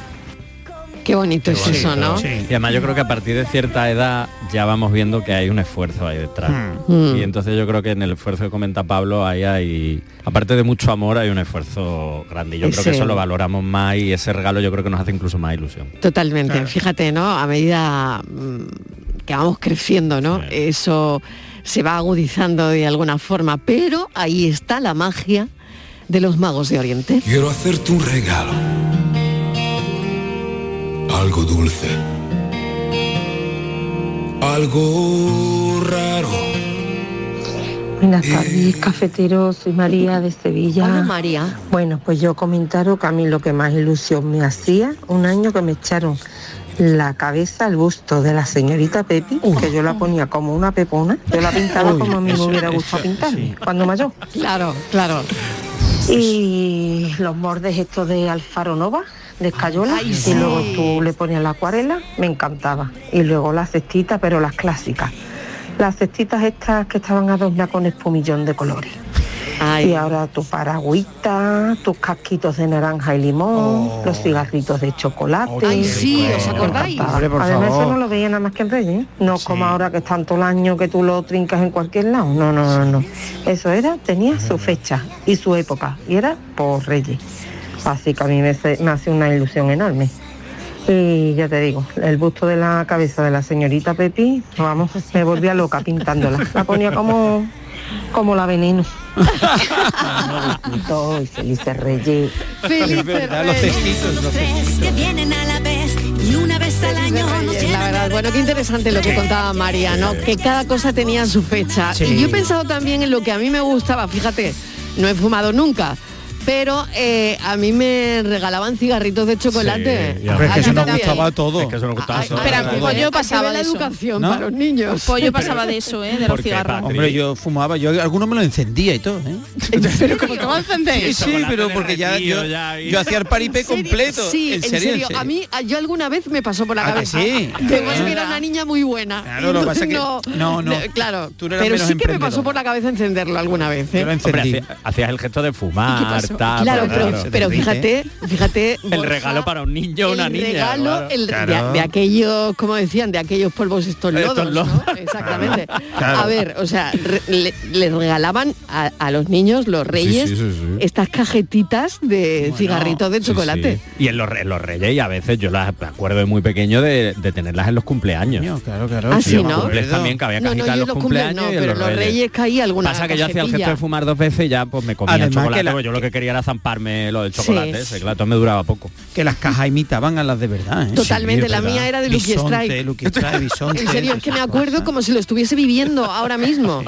S5: Qué bonito es eso, ¿no?
S7: Y además yo creo que a partir de cierta edad ya vamos viendo que hay un esfuerzo ahí detrás.
S5: Mm.
S7: Y entonces yo creo que en el esfuerzo que comenta Pablo ahí hay, aparte de mucho amor, hay un esfuerzo grande. Y yo creo que
S5: Sí.
S7: eso lo valoramos más y ese regalo yo creo que nos hace incluso más ilusión.
S5: Totalmente. Fíjate, ¿no? A medida mm, que vamos creciendo, ¿no?
S7: Sí.
S5: Eso se va agudizando de alguna forma, pero ahí está la magia de los magos de Oriente.
S3: Quiero hacerte un regalo. Algo dulce. Algo raro.
S12: Buenas tardes, cafeteros. Soy María de Sevilla.
S5: Hola, María.
S12: Bueno, pues yo comentaros que a mí lo que más ilusión me hacía, un año que me echaron la cabeza al busto de la señorita Pepi, que yo la ponía como una pepona, yo la pintaba como a mí me hubiera gustado pintarme, cuando mayor.
S5: Claro, claro.
S12: Y los mordes estos de Alfaro Nova, de Escayola,
S5: Ay,
S12: y
S5: sí.
S12: luego tú le ponías la acuarela, me encantaba. Y luego las cestitas, pero las clásicas. Las cestitas estas que estaban adornadas con espumillón de colores. Y
S5: Ay,
S12: ahora tu paragüita, tus casquitos de naranja y limón, los cigarritos de chocolate.
S5: Oh. Ay, sí, ¿os
S12: Me
S5: acordáis?
S12: encantaba.
S6: Hombre, por
S12: Además,
S6: favor.
S12: eso no lo veía nada más que en Reyes. ¿eh? No como ahora que es tanto el año que tú lo trincas en cualquier lado. No, no, no, no. Eso era, tenía su fecha y su época. Y era por Reyes. Así que a mí me, se- me hace una ilusión enorme. Y ya te digo, el busto de la cabeza de la señorita Pepi, vamos, me volvía loca pintándola. La ponía como, como la veneno. y felices reyes.
S5: feliz
S6: verdad, los
S5: Reyes.
S6: cestitos, los cestitos.
S9: que vienen a la vez y una vez al año nos
S5: Reyes, La
S9: llenan
S5: verdad, bueno, qué interesante lo que contaba María, ¿no? Que cada cosa tenía su fecha.
S6: Sí.
S5: Y yo he pensado también en lo que a mí me gustaba, fíjate, no he fumado nunca, Pero eh, a mí me regalaban cigarritos de chocolate.
S6: Hombre, es que
S5: A
S6: eso nos
S5: ti también.
S6: gustaba todo. Es que
S7: eso nos gustaba todo.
S1: Espera, Pollo pasaba
S5: la
S1: de eso.
S5: educación para los niños.
S1: Pollo Pues pasaba de eso, ¿eh? De los cigarros.
S6: Hombre, yo fumaba, yo algunos me lo encendía y todo, ¿eh?
S1: Pero como te vas a
S6: Sí,
S1: encender.
S6: sí, pero porque ya yo, yo hacía el paripé completo.
S5: Sí,
S6: en serio, en serio.
S5: A mí, a- yo alguna vez me pasó por la
S6: ¿A que
S5: cabeza.
S6: sí?
S5: Además
S6: Ah.
S5: que era una niña muy buena.
S6: Claro, lo que pasa es que-
S5: Entonces,
S6: no, no.
S5: de- claro.
S6: Tú no eras
S5: pero
S6: menos
S5: sí que me pasó
S6: emprendedora.
S5: por la cabeza encenderlo alguna vez. ¿eh?
S7: Hombre, hacía- hacías el gesto de
S5: ¿Qué
S7: fumar,
S5: pasó?
S7: tal,
S5: claro,
S7: tal,
S5: pero,
S7: tal.
S5: pero fíjate, fíjate.
S7: El regalo para un niño o una niña.
S5: regalo
S7: claro.
S5: el- de- de, aquellos, como decían, de aquellos polvos estos
S7: Estos
S5: lodos, ¿no?
S7: lodos.
S5: Exactamente.
S7: Claro.
S5: A ver, o sea, re- le, le regalaban a, a los niños, los reyes,
S7: sí, sí, sí.
S5: estas cajetitas de cigarritos de chocolate.
S7: Y en los, re- en los reyes y a veces yo las me acuerdo de muy pequeño de, de tenerlas en los cumpleaños.
S6: Claro, claro.
S5: Ah, sí,
S7: en los
S5: ¿no?
S7: cumpleaños también, que había
S5: No, no,
S7: cajita
S5: yo
S7: en los,
S5: los cumples
S7: cumpleaños
S5: no,
S7: y en
S5: pero
S7: los reyes.
S5: caía alguna
S7: Pasa que yo hacía el
S5: cajetilla.
S7: gesto de fumar dos veces y ya pues me comía
S6: Además,
S7: chocolate,
S6: que la-
S7: porque yo lo que quería era zamparme lo del chocolate
S5: Sí.
S7: ese, claro, todo me duraba poco.
S6: Que las cajas imitaban a las de verdad, ¿eh?
S5: Totalmente,
S6: Sí,
S5: la
S6: ¿verdad?
S5: mía era de Lucky
S6: Bisonte,
S5: Strike.
S6: Lucky Strike, bisonte.
S5: En serio, es que me acuerdo como si lo estuviese viviendo ahora mismo.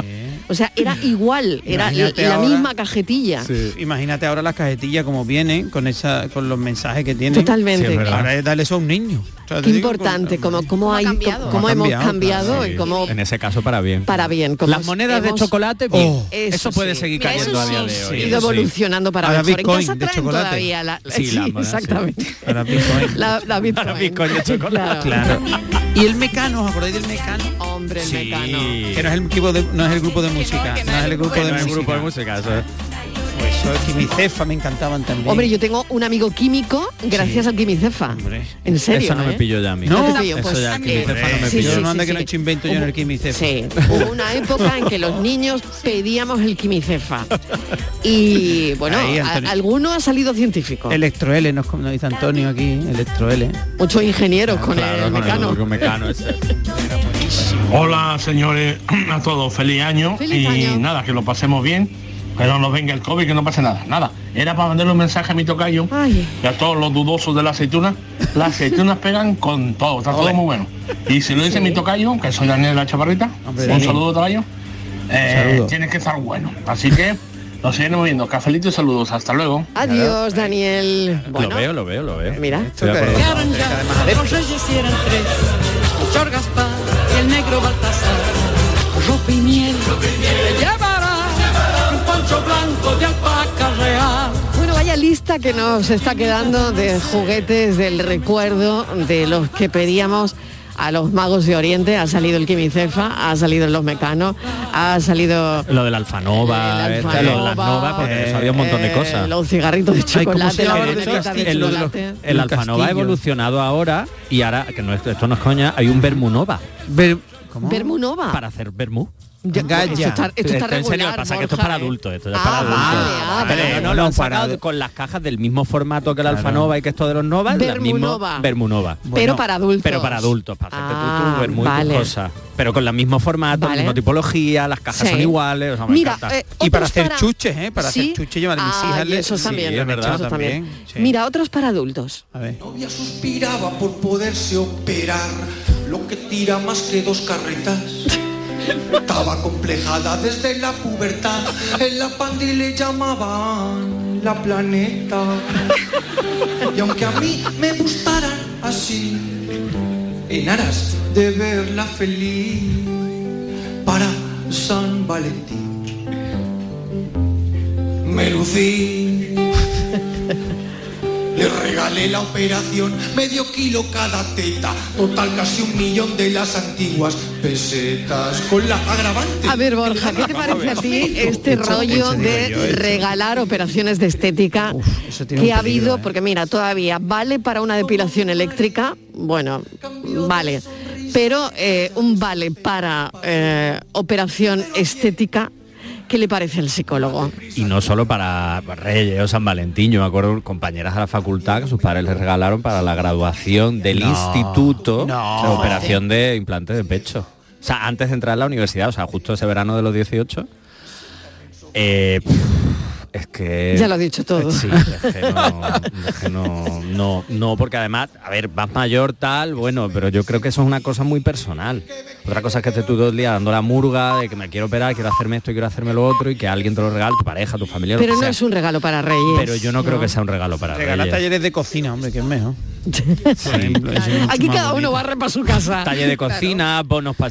S5: O sea, era igual, era la,
S6: Imagínate
S5: la
S6: ahora.
S5: misma cajetilla.
S6: Sí. Imagínate ahora las cajetillas como vienen con esa con los mensajes que tienen.
S5: Totalmente. Sí, es verdad.
S6: ahora es darle eso a un niño. O sea, te
S5: Qué
S6: digo,
S5: importante, cómo, cómo, hay, cómo,
S6: Cómo ha
S5: hemos
S6: cambiado,
S5: cambiado
S6: claro,
S5: y
S6: sí.
S5: cómo
S7: En ese caso para bien.
S5: para bien. cómo
S7: Las monedas de
S5: hemos- Oh.
S7: chocolate, bien. Oh. Eso puede seguir
S5: Mira,
S7: cayendo a
S5: eso
S7: día
S5: sí,
S7: de hoy,
S5: ha
S7: eso
S5: ido
S7: sí.
S5: evolucionando para
S7: Ahora
S5: mejor.
S7: Bitcoin
S5: en casa
S7: de
S5: traen
S7: chocolate.
S5: todavía la...
S7: Sí, las monedas, sí.
S5: exactamente.
S6: Ahora Bitcoin.
S5: La, la Bitcoin.
S7: Bitcoin de chocolate.
S6: Claro. Y el mecano, ¿os acordáis del mecano?
S5: Hombre, el
S6: Sí.
S5: mecano.
S6: Que no es el equipo de, no es el grupo de música, no, es el grupo de
S7: No es
S6: música.
S7: un grupo de música, eso es.
S6: Pues eso, Quimicefa me encantaban también.
S5: Hombre, yo tengo un amigo químico gracias al quimicefa. En serio.
S7: Eso no
S5: ¿eh?
S7: me pillo ya a mí.
S5: No,
S7: Eso
S5: te pillo, pues,
S7: ya,
S5: eh,
S7: Quimicefa no me
S5: sí,
S7: pillo.
S5: sí,
S6: no anda
S5: sí,
S6: que
S5: sí.
S6: no he hecho invento yo en el Quimicefa.
S5: Sí. Hubo una época en que los niños pedíamos el quimicefa. Y bueno,
S6: Ahí,
S5: a-
S6: Antonio.
S5: alguno ha salido científico.
S6: Electro L, nos, nos dice Antonio aquí, Ah, Electro L.
S5: Muchos ingenieros con
S7: Claro,
S5: el
S7: con el
S5: mecano.
S7: grupo mecano este. ese.
S13: Hola señores, a todos, feliz año
S5: Feliz
S13: y
S5: año.
S13: nada, que lo pasemos bien, que no nos venga el COVID, que no pase nada, nada. Era para mandarle un mensaje a mi tocayo y a todos los dudosos de la aceituna. Las aceitunas pegan con todo, está todo muy bueno. Y si lo dice mi tocayo, que soy Daniel de la Chaparrita,
S14: Hombre,
S13: un
S14: sí.
S13: saludo tocayo, eh,
S14: Saludo.
S13: tienes que estar bueno. Así que nos seguiremos viendo. Cafelito y saludos, hasta luego.
S5: Adiós, Daniel. Bueno,
S7: Lo veo, lo veo, lo veo.
S5: Mira.
S7: Estoy de acuerdo.
S15: De los reyes eran tres, George Gaspar y el negro Baltasar. Ropa y miel, te llevará un poncho blanco de alpaca real.
S5: Bueno, vaya lista que nos está quedando de juguetes del recuerdo de los que pedíamos a los magos de Oriente. Ha salido el quimicefa, ha salido los mecanos, ha salido
S7: Lo de la alfanova,
S5: El eh,
S7: esta, lo de las novas, porque eso había un montón de cosas.
S5: los cigarritos de chocolate, la banderita de
S7: el,
S5: chocolate.
S7: el alfanova ha evolucionado ahora y ahora, que no es- esto no es coña, hay un vermunova.
S5: Bermunova.
S7: Para hacer vermú.
S5: Esto está, esto está
S7: en serio,
S5: regular,
S7: pasa que esto es
S5: Borja,
S7: para
S5: ¿eh?
S7: adultos, esto ya es
S5: Ah,
S7: para adultos.
S5: vale, ah,
S7: Hombre,
S5: vale.
S7: no, lo han sacado con las cajas del mismo formato que la Alfanova y que esto de los Nova, la mismo
S5: Vermunova.
S7: Vermunova.
S5: Pero para adultos. Ah,
S7: Pero para adultos, para hacerte tú tu vermú y tus
S5: vale.
S7: cosas. Pero con la misma formato,
S5: Vale.
S7: la misma tipología, las cajas
S5: Sí.
S7: son iguales, o sea, me
S5: Mira,
S7: encanta.
S5: eh, otros para-
S7: ¿eh?
S5: Sí.
S6: llevar a mis
S5: Ah,
S6: hijas
S5: y
S6: le-
S5: esos
S6: sí,
S5: también.
S6: es
S5: esos
S6: verdad,
S5: también.
S6: también, sí.
S5: Mira, otros para adultos.
S16: novia suspiraba por poderse operar, lo que tira más que dos carretas. Estaba complejada desde la pubertad, en la pandilla le llamaban la planeta. Y aunque a mí me gustaran así, en aras de verla feliz para San Valentín, me lucí. Le regalé la operación, medio kilo cada teta, total casi un millón de las antiguas pesetas con la agravante.
S5: A ver, Borja, ¿qué te parece a ti este
S16: Hecho,
S5: rollo
S16: hecho, digo
S7: eh,
S16: yo,
S5: de
S16: hecho.
S5: regalar operaciones de estética
S16: tiene
S5: que
S16: un peligro,
S5: ha
S7: eh.
S5: habido? Porque mira, todavía vale para una depilación eléctrica, bueno, vale, pero eh, un vale para eh, operación estética, ¿qué le parece al psicólogo?
S7: Y no solo para Reyes o San Valentín, yo me acuerdo compañeras de la facultad que sus padres les regalaron para la graduación del
S6: No,
S7: instituto
S6: no.
S7: la operación de implante de pecho. O sea, antes de entrar a la universidad, o sea, justo ese verano de los 18, eh, pf, Es que...
S5: Ya lo has dicho todo.
S7: Sí, es que no, es que no, no, no, porque además, a ver, vas mayor, tal, bueno, pero yo creo que eso es una cosa muy personal. Otra cosa es que estés tú todo el día dando la murga de que me quiero operar, quiero hacerme esto y quiero hacerme lo otro y que alguien te lo regale, tu pareja, tu familia, lo
S5: Pero
S7: que
S5: no
S7: sea.
S5: es un regalo para Reyes.
S7: Pero yo no, creo que sea un regalo para
S6: Regalar
S7: Reyes.
S6: talleres de cocina, hombre, que es mejor.
S7: Por ejemplo, eso es mucho
S5: Aquí
S7: más
S5: cada
S7: bonito.
S5: uno barre para su casa.
S7: Taller de cocina, bonos para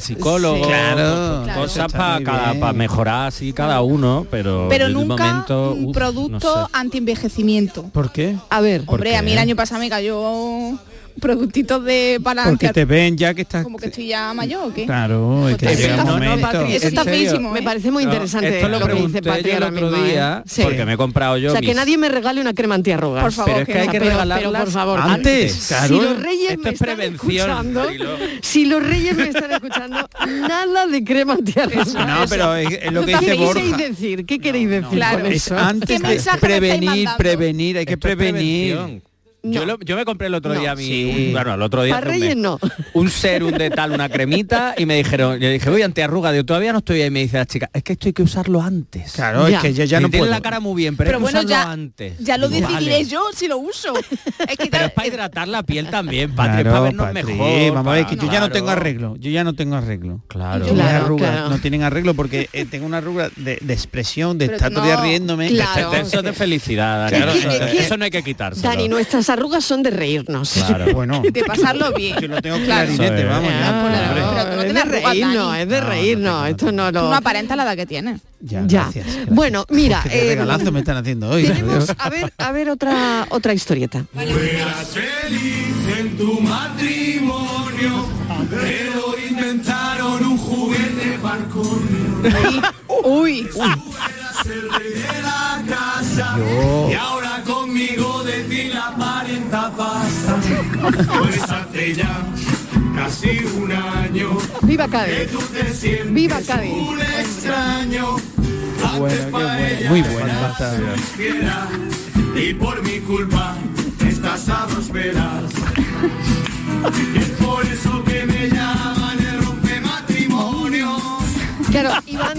S6: Sí,
S7: psicólogos,
S6: claro,
S7: co-
S6: claro.
S7: cosas
S6: Está
S7: para
S6: muy
S7: cada
S6: bien.
S7: para mejorar así cada uno, pero,
S1: Pero
S7: en el
S1: nunca
S7: momento,
S1: un
S7: uf, no
S1: producto
S7: sé.
S1: anti-envejecimiento.
S6: ¿Por qué?
S5: A ver,
S1: Hombre, a mí el año pasado me cayó productitos de para
S6: Porque te ven ya que estás...
S1: como que estoy ya mayor o qué.
S6: Claro,
S5: Pues
S6: es que llega un momento.
S5: Eso está
S6: ¿En serio?
S5: feísimo. Me parece muy
S7: No,
S5: interesante
S7: esto lo,
S5: lo, que
S7: pregunté
S5: dice Patri
S7: yo el
S5: ahora
S7: otro
S5: mismo, ¿eh?
S7: día
S5: Sí.
S7: porque me he comprado yo
S5: O sea, que
S7: mis-
S5: nadie me regale una crema antiarrugas.
S7: Por favor, Pero es que que hay no. que
S5: Pero- pero,
S7: regalarlas
S5: por favor,
S7: antes, claro.
S5: Si los reyes
S7: Esto
S5: me
S7: es
S5: están
S7: prevención,
S5: escuchando,
S7: Marilo.
S5: si los reyes me están escuchando, nada de crema antiarrugas.
S6: No, pero es- es lo que
S5: ¿Qué
S6: dice
S5: queréis
S6: Borja.
S5: decir? ¿Qué queréis decir
S6: Claro.
S5: con
S6: Es
S5: eso?
S6: antes de prevenir, prevenir, hay que
S7: Esto es
S6: prevenir.
S7: prevención. Yo, lo- yo me compré el otro
S6: No.
S7: día mi
S6: Sí.
S7: un- bueno el otro día
S5: Para
S7: hace un mes,
S5: reyes no.
S7: un serum de tal una cremita y me dijeron yo dije voy antiarruga digo todavía no estoy ahí y me dice la chica es que esto hay que usarlo antes
S6: Claro, es que yo ya
S7: Me
S6: no
S7: tiene
S6: puedo.
S7: la cara muy bien pero,
S1: Pero
S7: hay que
S1: bueno,
S7: usarlo
S1: ya-
S7: antes
S1: Ya lo
S7: Digo,
S1: decidiré
S7: vale.
S1: yo si lo uso. Es que
S7: pero
S1: tal-
S7: es para hidratar la piel también Patri,
S6: Claro,
S7: es para vernos
S6: Patri,
S7: mejor
S6: Vamos a ver,
S7: para-
S6: que yo ya no
S7: Claro.
S6: tengo arreglo. Yo ya no tengo arreglo.
S7: Claro.
S6: Mis
S7: Claro,
S6: arrugas
S7: claro.
S6: no tienen arreglo porque eh, tengo una arruga de, de expresión, de
S5: Pero
S6: estar todo el día
S5: no,
S6: riéndome.
S5: claro.
S7: Este- eso es de felicidad Dani.
S6: Claro,
S7: eso,
S6: es que-
S7: eso no hay que quitarse
S5: Dani, nuestras arrugas son de reírnos.
S7: Claro.
S6: Bueno.
S1: de pasarlo bien.
S6: Yo lo tengo
S1: Claro.
S6: clarinete, vamos ya. hombre.
S5: Ah, No, es de
S1: arrugas,
S5: reírnos,
S1: Dani.
S5: es de reírnos. Esto no
S1: Tú
S5: lo...
S1: no aparentas la edad que tienes.
S6: Ya,
S5: Ya.
S6: gracias. gracias.
S5: Bueno, mira,
S6: Qué
S5: eh,
S6: regalazo me están haciendo hoy.
S5: tenemos- a ver, a ver otra otra historieta.
S3: Fueras feliz en tu matrimonio, pero inventaron un juguete parkour.
S1: Uy,
S3: el rey de la casa
S6: Yo.
S3: y ahora conmigo de ti la parenta pasa. Pues hace ya casi un año
S5: Viva Cádiz.
S3: que tú te sientes
S5: Viva Cádiz.
S3: un extraño. Antes para ella
S6: Muy buena.
S3: eras fiera, y por mi culpa estás a dos velas. Y es por eso que me llaman el rompe matrimonio.
S5: Claro, iban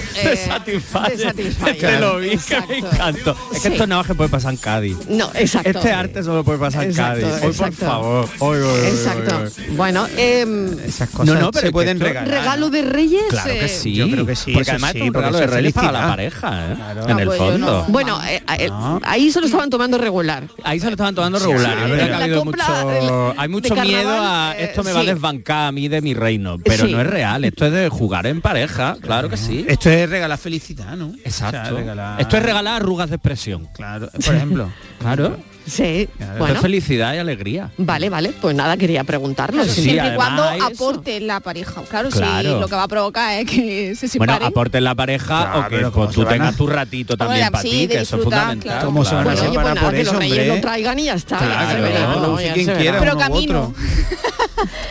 S5: eh,
S7: Te satisface.
S5: de Satisfyer.
S7: Te lo vi, que me encantó. Es que
S5: Sí.
S7: esto no es que puede pasar en Cádiz.
S5: No, exacto.
S7: Este arte solo puede pasar en
S5: Exacto,
S7: Cádiz. Hoy, por
S5: exacto.
S7: favor. Hoy, hoy, hoy, hoy,
S5: Exacto.
S7: hoy.
S5: Bueno, em,
S6: Esas cosas
S7: No, no, pero
S6: se
S7: que
S6: pueden
S7: esto-
S6: regalar.
S5: regalo de Reyes.
S7: Claro
S5: eh,
S7: que sí.
S6: Yo creo que sí,
S7: Porque
S6: eso
S7: además
S6: sí,
S7: es un
S6: porque
S7: regalo
S6: eso
S7: de
S6: es
S7: reyes para la
S6: felicidad.
S7: pareja, ¿eh?
S6: Claro.
S7: En
S6: Ah,
S7: el
S6: pues yo
S7: fondo.
S5: Bueno, eh, a- el- ahí se lo estaban tomando regular.
S7: Ahí se lo estaban tomando
S5: Sí,
S7: regular.
S5: sí,
S7: yo creo
S5: la
S7: que ha habido
S5: compra
S7: mucho-
S5: del-
S7: hay
S5: de
S7: mucho
S5: carnaval,
S7: miedo a
S5: eh,
S7: esto me va a
S5: sí.
S7: desbancar a mí de mi reino. Pero
S5: Sí.
S7: no es real. Esto es de jugar en pareja. Claro que sí.
S6: Esto es regalar felicidad, ¿no?
S7: Exacto.
S6: O sea, regalar-
S7: Esto es regalar arrugas de expresión.
S6: Claro, por ejemplo.
S7: Claro.
S5: Sí,
S7: Esto es
S5: bueno.
S7: felicidad y alegría.
S5: Vale, vale, pues nada, quería preguntarlo.
S7: Sí,
S5: sí.
S7: sí,
S1: siempre y
S7: además
S1: cuando
S7: hay eso.
S1: aporte la pareja. Claro,
S7: Claro.
S1: sí, lo que va a provocar es que se
S7: Bueno,
S1: separen.
S7: aportes la pareja
S6: Claro,
S7: o que
S6: pero
S7: pues,
S6: ¿cómo se
S7: tú
S6: van a-
S7: tengas tu ratito también
S1: Hombre,
S7: para
S1: sí,
S7: ti,
S1: de
S7: que eso es
S1: disfrutar,
S7: fundamental.
S1: claro.
S6: ¿Cómo se van a
S5: Bueno, oye, pues
S6: separar
S5: nada,
S6: por
S5: que
S6: eso,
S5: los reyes
S6: hombre?
S5: lo traigan y ya está.
S7: Claro,
S5: ya se verá,
S7: lo
S5: ¿no?
S6: use
S5: Ya
S6: quien
S5: se verá.
S6: quiera,
S1: Pero
S6: uno u
S1: camino.
S6: otro.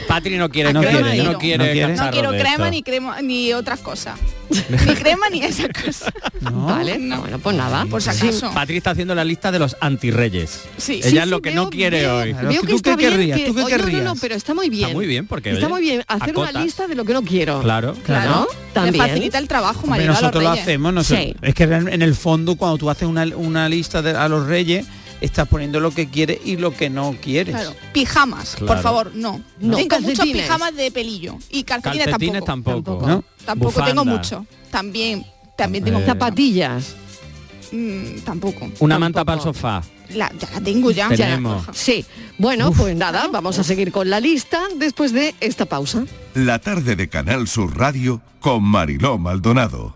S7: Patri no quiere
S6: No
S7: crema
S6: quiere,
S7: y no
S6: no
S7: quiere,
S6: quiere.
S1: No
S7: cacharros
S1: quiero
S7: de
S1: crema
S7: estos.
S1: ni crema ni otras cosas. ni crema ni esas cosas.
S5: Vale, no, bueno, pues nada.
S1: Por si acaso.
S7: Patri está haciendo la lista de los antirreyes.
S1: Sí.
S7: Ella
S5: Sí,
S7: es lo
S5: sí,
S7: que
S5: veo-
S7: no quiere
S5: veo-
S7: hoy.
S6: Claro, ¿tú
S5: veo que
S6: qué
S5: está bien
S6: querrías?
S5: que-
S6: ¿Tú qué
S5: oye, no, no, no,
S6: querrías?
S5: pero está muy bien.
S7: Está muy bien, porque,
S5: Está
S7: oye,
S5: muy bien hacer una
S7: acotas.
S5: lista de lo que no quiero.
S7: Claro,
S5: Claro,
S7: claro.
S5: también.
S1: Le facilita el trabajo,
S6: Hombre,
S1: María.
S6: nosotros lo hacemos, nosotros-
S5: Sí.
S6: es que real- en el fondo cuando tú haces una, una lista de- a los reyes, estás poniendo lo que quieres y lo que no quieres.
S1: Claro. Pijamas,
S7: Claro.
S1: por favor, no.
S5: No.
S1: Tengo muchos
S5: Calcetines.
S1: pijamas de pelillo. Y calcetines,
S7: Calcetines
S1: tampoco.
S7: tampoco.
S6: ¿No?
S1: Tampoco tengo
S7: Bufanda.
S1: mucho. También, también tengo.
S7: Eh,
S5: Zapatillas.
S1: Mm, tampoco.
S7: Una manta para el
S5: Tampoco.
S7: sofá.
S1: La- ya la tengo ya.
S7: Tenemos.
S5: Sí. Bueno, pues nada, vamos a seguir con la lista después de esta pausa.
S14: La tarde de Canal Sur Radio con Mariló Maldonado.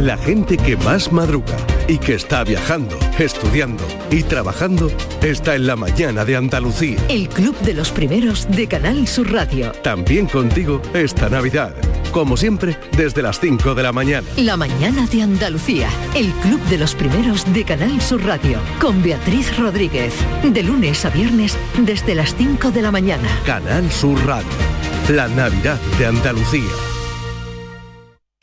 S17: La gente que más madruga y que está viajando, estudiando y trabajando está en la mañana de Andalucía.
S2: El Club de los Primeros de Canal Sur Radio.
S17: También contigo esta Navidad. Como siempre, desde las 5 de la mañana.
S2: La mañana de Andalucía. El Club de los Primeros de Canal Sur Radio. Con Beatriz Rodríguez. De lunes a viernes desde las 5 de la mañana.
S17: Canal Sur Radio. La Navidad de Andalucía.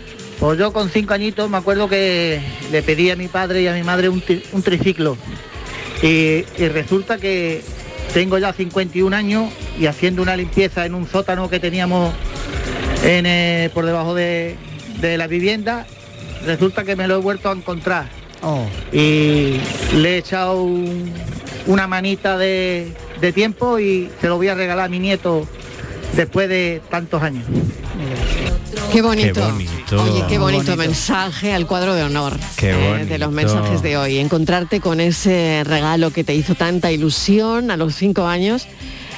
S18: Pues yo con cinco añitos me acuerdo que le pedí a mi padre y a mi madre un, tri- un triciclo. Y, y resulta que tengo ya 51 años y haciendo una limpieza en un sótano que teníamos en, eh, por debajo de, de la vivienda, resulta que me lo he vuelto a encontrar.
S5: Oh.
S18: Y le he echado un- una manita de, de tiempo y se lo voy a regalar a mi nieto después de tantos años.
S5: Qué bonito.
S18: Qué bonito.
S5: Oye, qué
S18: Muy
S5: bonito,
S18: bonito.
S5: mensaje al cuadro de honor eh,
S7: Qué
S5: de los
S7: bonito.
S5: mensajes de hoy. Encontrarte con ese regalo que te hizo tanta ilusión a los cinco años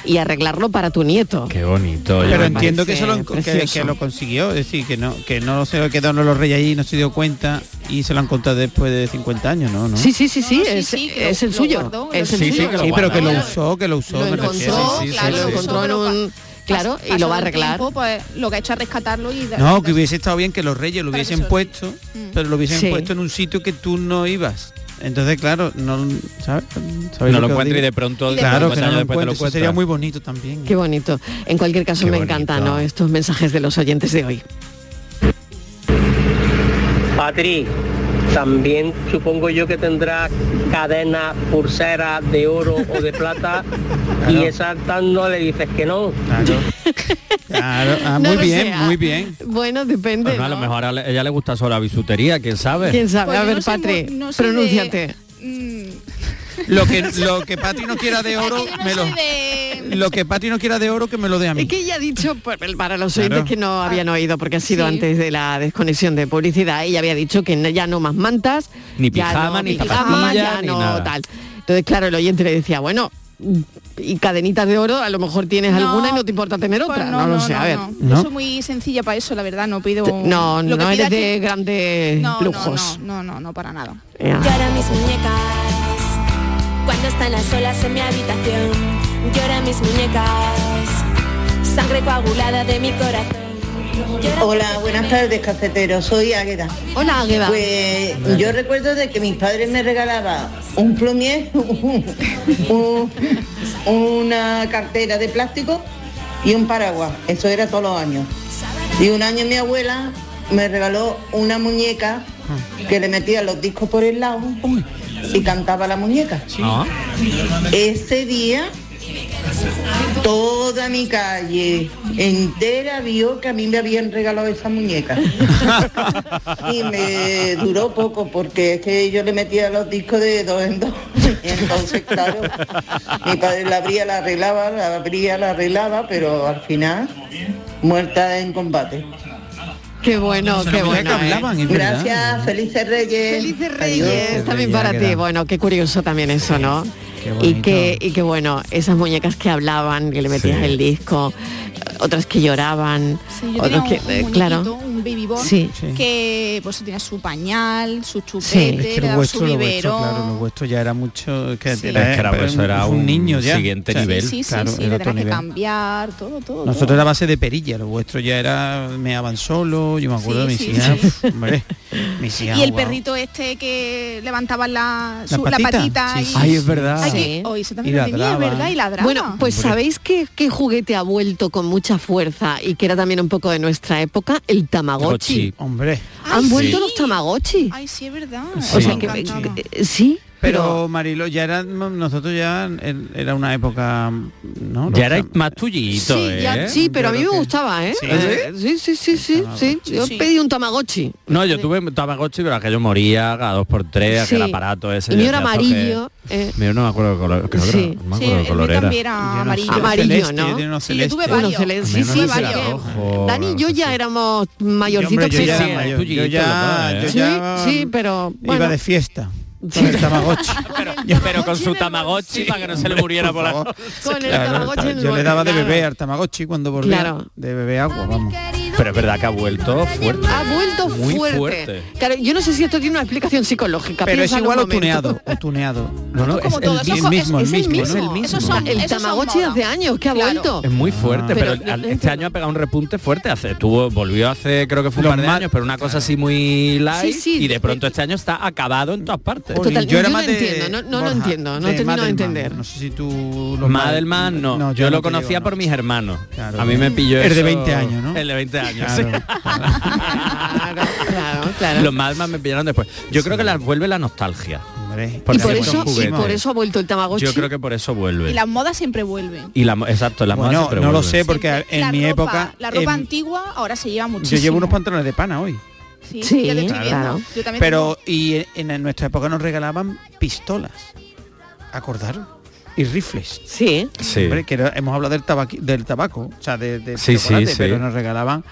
S5: y arreglarlo para tu nieto.
S7: Qué bonito.
S5: Me
S6: Pero
S5: parece
S6: entiendo que, eso lo, que- que,
S5: precioso.
S6: lo consiguió, es decir, que no, que no se quedó en los reyes allí, no se dio cuenta y se lo han contado después de 50 años, ¿no? ¿No?
S5: Sí, sí, sí, sí, es, es el suyo. es el
S6: sí, sí,
S5: suyo.
S6: sí, pero que lo usó, que lo usó, me
S5: Lo encontró,
S6: refiero. Sí, sí, sí,
S5: claro,
S6: sí.
S5: lo encontró en un... Claro, y lo va a arreglar.
S1: pues, lo que ha hecho es rescatarlo y dar-
S6: No, que hubiese estado bien que los reyes lo hubiesen puesto, pero lo hubiesen
S1: Sí. Mm.
S6: puesto en un sitio que tú no ibas. Entonces, claro, no ¿sabes?
S7: No
S6: ¿Sabéis
S7: lo
S6: que os
S7: encuentra y
S6: digo?
S7: de pronto, Y de
S6: claro,
S7: 50
S6: que no
S7: años
S6: lo
S7: después te
S6: encuentra,
S7: lo
S6: eso pues, sería
S7: encuentras.
S6: muy bonito también.
S5: Qué bonito. En cualquier caso, me encantan ¿no? estos mensajes de los oyentes de hoy.
S19: Patri, también supongo yo que tendrá cadena, pulsera de oro o de plata y exaltando le dices que no.
S6: Claro, ah,
S5: No
S6: muy
S5: lo
S6: bien,
S5: sé,
S6: muy
S5: ah,
S6: bien. Pues
S5: Bueno, depende.
S7: Bueno, a lo mejor a la- ella le gusta solo la bisutería, quién sabe.
S5: ¿Quién sabe? a ver, Patri, pronúnciate.
S6: Lo que lo que Patri no quiera de oro, me lo lo que Patri no quiera de oro que me lo dé a mí.
S5: Es que ella ha dicho, por- para los
S6: Claro.
S5: oyentes que no
S1: Ah,
S5: habían oído, porque ha sido antes de la desconexión de publicidad, ella había dicho que no- ya no más mantas,
S7: Ni
S5: ya
S7: pijama,
S5: no
S7: ni
S5: pijama,
S7: zapatillas,
S5: ya
S7: ni
S5: no
S7: nada.
S5: tal. Entonces, claro, el oyente le decía, bueno, y cadenitas de oro, a lo mejor tienes
S1: No,
S5: alguna y no te importa tener
S1: pues
S5: otra,
S1: no,
S5: no, lo
S1: no,
S5: sé, a ver.
S1: no.
S5: No,
S1: Yo soy muy sencilla para eso, la verdad, no pido...
S5: no,
S1: lo que
S5: no
S1: pida
S5: eres de
S1: que-
S5: grandes
S1: No, no,
S5: lujos.
S1: No, no, no, no, para nada.
S5: Ya.
S9: Lloran mis muñecas cuando están a solas en mi habitación. Lloran mis muñecas, sangre coagulada de mi corazón.
S20: Hola, buenas tardes, cafetero. Soy Águeda.
S5: Hola, Águeda.
S20: Pues yo recuerdo de que mis padres me regalaban un plumier, un- una cartera de plástico y un paraguas. Eso era todos los años. Y un año mi abuela me regaló una muñeca que le metía los discos por el lado y cantaba la muñeca.
S7: Ah.
S20: Ese día Toda mi calle entera vio que a mí me habían regalado esa muñeca. y me duró poco porque es que yo le metía los discos de dos en dos. Y entonces, claro, mi padre la abría, la arreglaba, la abría, la arreglaba, pero al final, muerta en combate.
S5: Qué bueno, qué bueno. ¿eh?
S20: Gracias, felices Reyes. Felices
S5: Reyes, también para ti. Bueno, qué curioso también eso, ¿no? y, que, y que bueno, esas muñecas que hablaban, que le metías
S1: Sí.
S5: el disco, otras que lloraban,
S1: Yo tenía
S5: otros
S1: un,
S5: que, eh,
S1: muñequito,
S5: claro.
S1: un baby born,
S5: Sí. Sí.
S1: que pues tenía su pañal, su
S6: Sí.
S1: chupete,
S6: Es que
S1: le
S6: lo
S1: daba su
S6: vuestro, lo vuestro,
S1: biberón.
S6: claro, lo vuestro ya era mucho... Que
S7: Sí. Es que era-
S6: pero
S7: eso era
S6: un
S7: un
S6: niño ya.
S7: siguiente nivel.
S1: Sí, sí,
S6: claro,
S1: sí,
S6: era
S1: le
S6: otro
S1: tenías que
S6: nivel.
S1: cambiar, todo, todo.
S6: Nosotros
S1: todo.
S6: era base de perilla, lo vuestro ya era meaban solo, yo me acuerdo de
S1: sí,
S6: mis hijas, hombre, mis hijas,
S1: Y el
S6: guau.
S1: perrito este que levantaba la,
S6: La
S1: su- la
S6: patita,
S1: patita.
S6: sí,
S1: y-
S6: sí, Ay, es verdad.
S1: Ay, que-
S6: Sí.
S1: oh, eso
S6: Y
S1: también lo tenía, es
S6: ladraba.
S1: ¿verdad? Y ladraba.
S5: Bueno, pues
S1: Hombre.
S5: ¿sabéis qué, qué juguete ha vuelto con mucha fuerza y que era también un poco de nuestra época? El Tamagotchi.
S6: hombre.
S5: Han vuelto los Tamagotchi.
S1: Ay, sí, es verdad.
S5: O sea que, eh, sí,
S6: Pero Marilo, ya era, nosotros ya en- era una época, ¿no?
S7: Ya era más tuyito,
S5: sí, ya-
S7: ¿eh?
S5: sí, pero a mí me gustaba, ¿eh?
S7: Sí.
S5: Eh, Sí, sí, sí, sí, sí. Yo
S1: Sí.
S5: pedí un Tamagotchi.
S7: No, yo tuve Tamagotchi, pero aquello moría cada dos por tres,
S5: Sí.
S7: aquel aparato ese.
S5: El
S7: yo
S5: mío era
S7: decía, "Esto qué
S5: amarillo. eh,
S7: es?". Mío no me acuerdo de color, creo que
S5: Sí.
S7: era- no me
S5: Sí,
S7: acuerdo de
S5: el
S7: color
S5: mío
S7: era.
S5: también
S1: era
S5: amarillo.
S6: este,
S5: Amarillo, ¿no?
S1: Sí, yo tuve
S5: Uno
S1: varios.
S5: celeste,
S7: Al
S5: Sí,
S7: menos
S5: sí,
S7: no sé si era
S5: varios.
S7: rojo,
S5: Dani y yo ya éramos mayorcitos,
S6: yo ya
S5: pero-
S6: era mayor, yo
S7: ah,
S6: ya- yo
S5: Sí,
S6: ya-
S5: sí, pero bueno.
S6: Iba de fiesta. Con el Tamagotchi.
S7: Pero con su Tamagotchi para que no se le muriera por la...
S5: Con el
S6: Claro,
S5: Tamagotchi en el
S6: yo le daba de
S5: bolsillo.
S6: beber al Tamagotchi cuando volvía.
S5: Claro.
S6: De beber agua, vamos.
S7: Pero es verdad que ha vuelto fuerte.
S5: Ha vuelto
S6: Muy
S5: fuerte.
S6: fuerte.
S5: Claro, yo no sé si esto tiene una explicación psicológica.
S6: Pero es
S5: piénsalo
S6: igual
S5: un
S6: o
S5: momento.
S6: tuneado, o tuneado. No, no,
S5: Como todo, eso es- es el mismo. Esos son- el
S1: esos son
S5: Tamagotchi
S1: moda.
S5: hace años que ha vuelto.
S7: Es muy fuerte,
S5: Pero
S7: pero, al- este año ha pegado un repunte fuerte. Hace, tuvo, volvió hace creo que fue un par de años, pero una cosa así muy light.
S5: Sí, sí.
S7: y de pronto este año está acabado en todas partes.
S5: Total, yo no entiendo, no, no lo entiendo, no
S6: de
S5: termino de
S6: Madelman.
S5: entender.
S6: No sé si tú
S7: Madelman no, yo, lo conocía por mis hermanos. A mí me pilló
S6: El de
S7: eso-
S6: 20 años, ¿no?
S7: El de 20 años.
S6: Claro.
S7: sí.
S5: Claro, claro.
S7: Los Madman me pillaron después. Yo creo que las vuelve la nostalgia.
S5: y
S7: Porque
S5: por
S7: son
S5: eso, y
S7: juguetes.
S5: por eso ha vuelto el Tamagotchi.
S7: Yo creo que por eso vuelve.
S1: Y las modas siempre vuelven.
S7: Y la, mo- exacto, la
S6: Bueno, no lo sé porque
S1: La
S6: en mi
S1: ropa-
S6: época
S1: La ropa
S6: en-
S1: antigua ahora se lleva muchísimo.
S6: yo llevo unos pantalones de pana hoy.
S1: Sí,
S5: Sí,
S1: ya te estoy
S6: claro.
S1: viendo. Yo también
S6: Pero y en, en nuestra época nos regalaban pistolas. ¿Acordaron? Y rifles.
S5: Sí.
S7: Sí.
S6: Hombre, que era- hemos hablado del, tabaqui- del tabaco, o sea, de, de
S7: Sí, sí,
S6: chocolate,
S7: sí.
S6: pero nos regalaban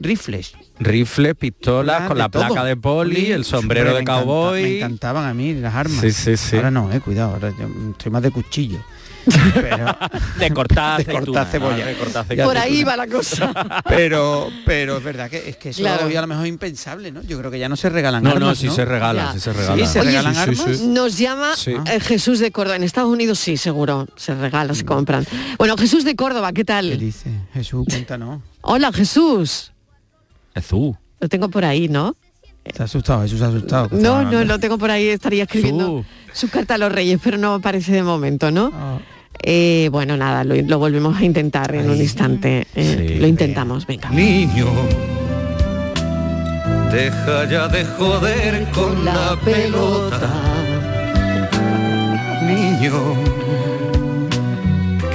S6: rifles.
S7: Rifles, pistolas,
S6: Ah,
S7: con
S6: de
S7: la placa
S6: todo.
S7: de poli, el sombrero
S6: Hombre,
S7: de
S6: me encanta- me
S7: cowboy.
S6: encantaban a mí las armas.
S7: Sí, sí, sí.
S6: Ahora no, eh, cuidado, ahora yo estoy más de cuchillo.
S7: de cortar
S6: De
S7: aceituna,
S6: cortar cebolla.
S7: de cortar
S6: Ya
S7: aceituna.
S5: por ahí va la cosa.
S6: Pero, pero es verdad que es que eso
S5: Claro.
S6: hoy a lo mejor es impensable, ¿no? Yo creo que ya no se regalan
S7: No, no,
S6: armas.
S7: sí se regalan, Ya. sí se regalan.
S6: Sí, se
S7: Oye,
S6: regalan
S7: sí, sí,
S6: armas.
S7: sí.
S5: Nos llama
S7: Sí.
S5: eh, Jesús de Córdoba. En Estados Unidos sí, seguro. Se regala, se compran. Bueno, Jesús de Córdoba, ¿qué tal?
S6: dice? Jesús, cuéntanos.
S5: Hola, Jesús.
S7: Jesús.
S5: Lo tengo por ahí, ¿no?
S6: Está asustado, Jesús está asustado.
S7: Pues
S6: que
S5: No,
S6: está-
S5: no, lo tengo por ahí, estaría escribiendo su carta a los reyes, pero no aparece de momento, ¿no?
S6: Ah.
S7: Ah.
S5: Eh, bueno, nada, lo, lo volvemos a intentar en un instante. eh, lo intentamos, venga.
S3: Niño, deja ya de joder con la pelota. Niño,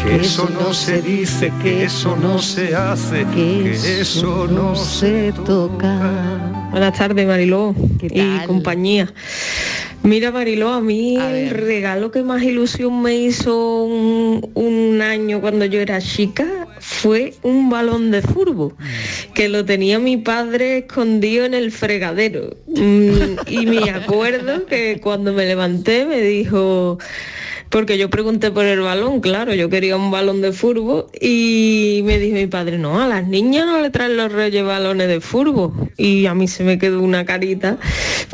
S3: que eso no se dice, que eso no se hace, que eso no se toca.
S4: Buenas tardes, Mariló y compañía. Mira, Mariló, a mí el regalo que más ilusión me hizo un, un año cuando yo era chica fue un balón de furbo
S5: Mm.
S4: que lo tenía mi padre escondido en el fregadero. Mm, y me acuerdo que cuando me levanté me dijo, porque yo pregunté por el balón, claro, yo quería un balón de furbo y me dijo mi padre, no, a las niñas no le traen los reyes balones de furbo. Y a mí se me quedó una carita,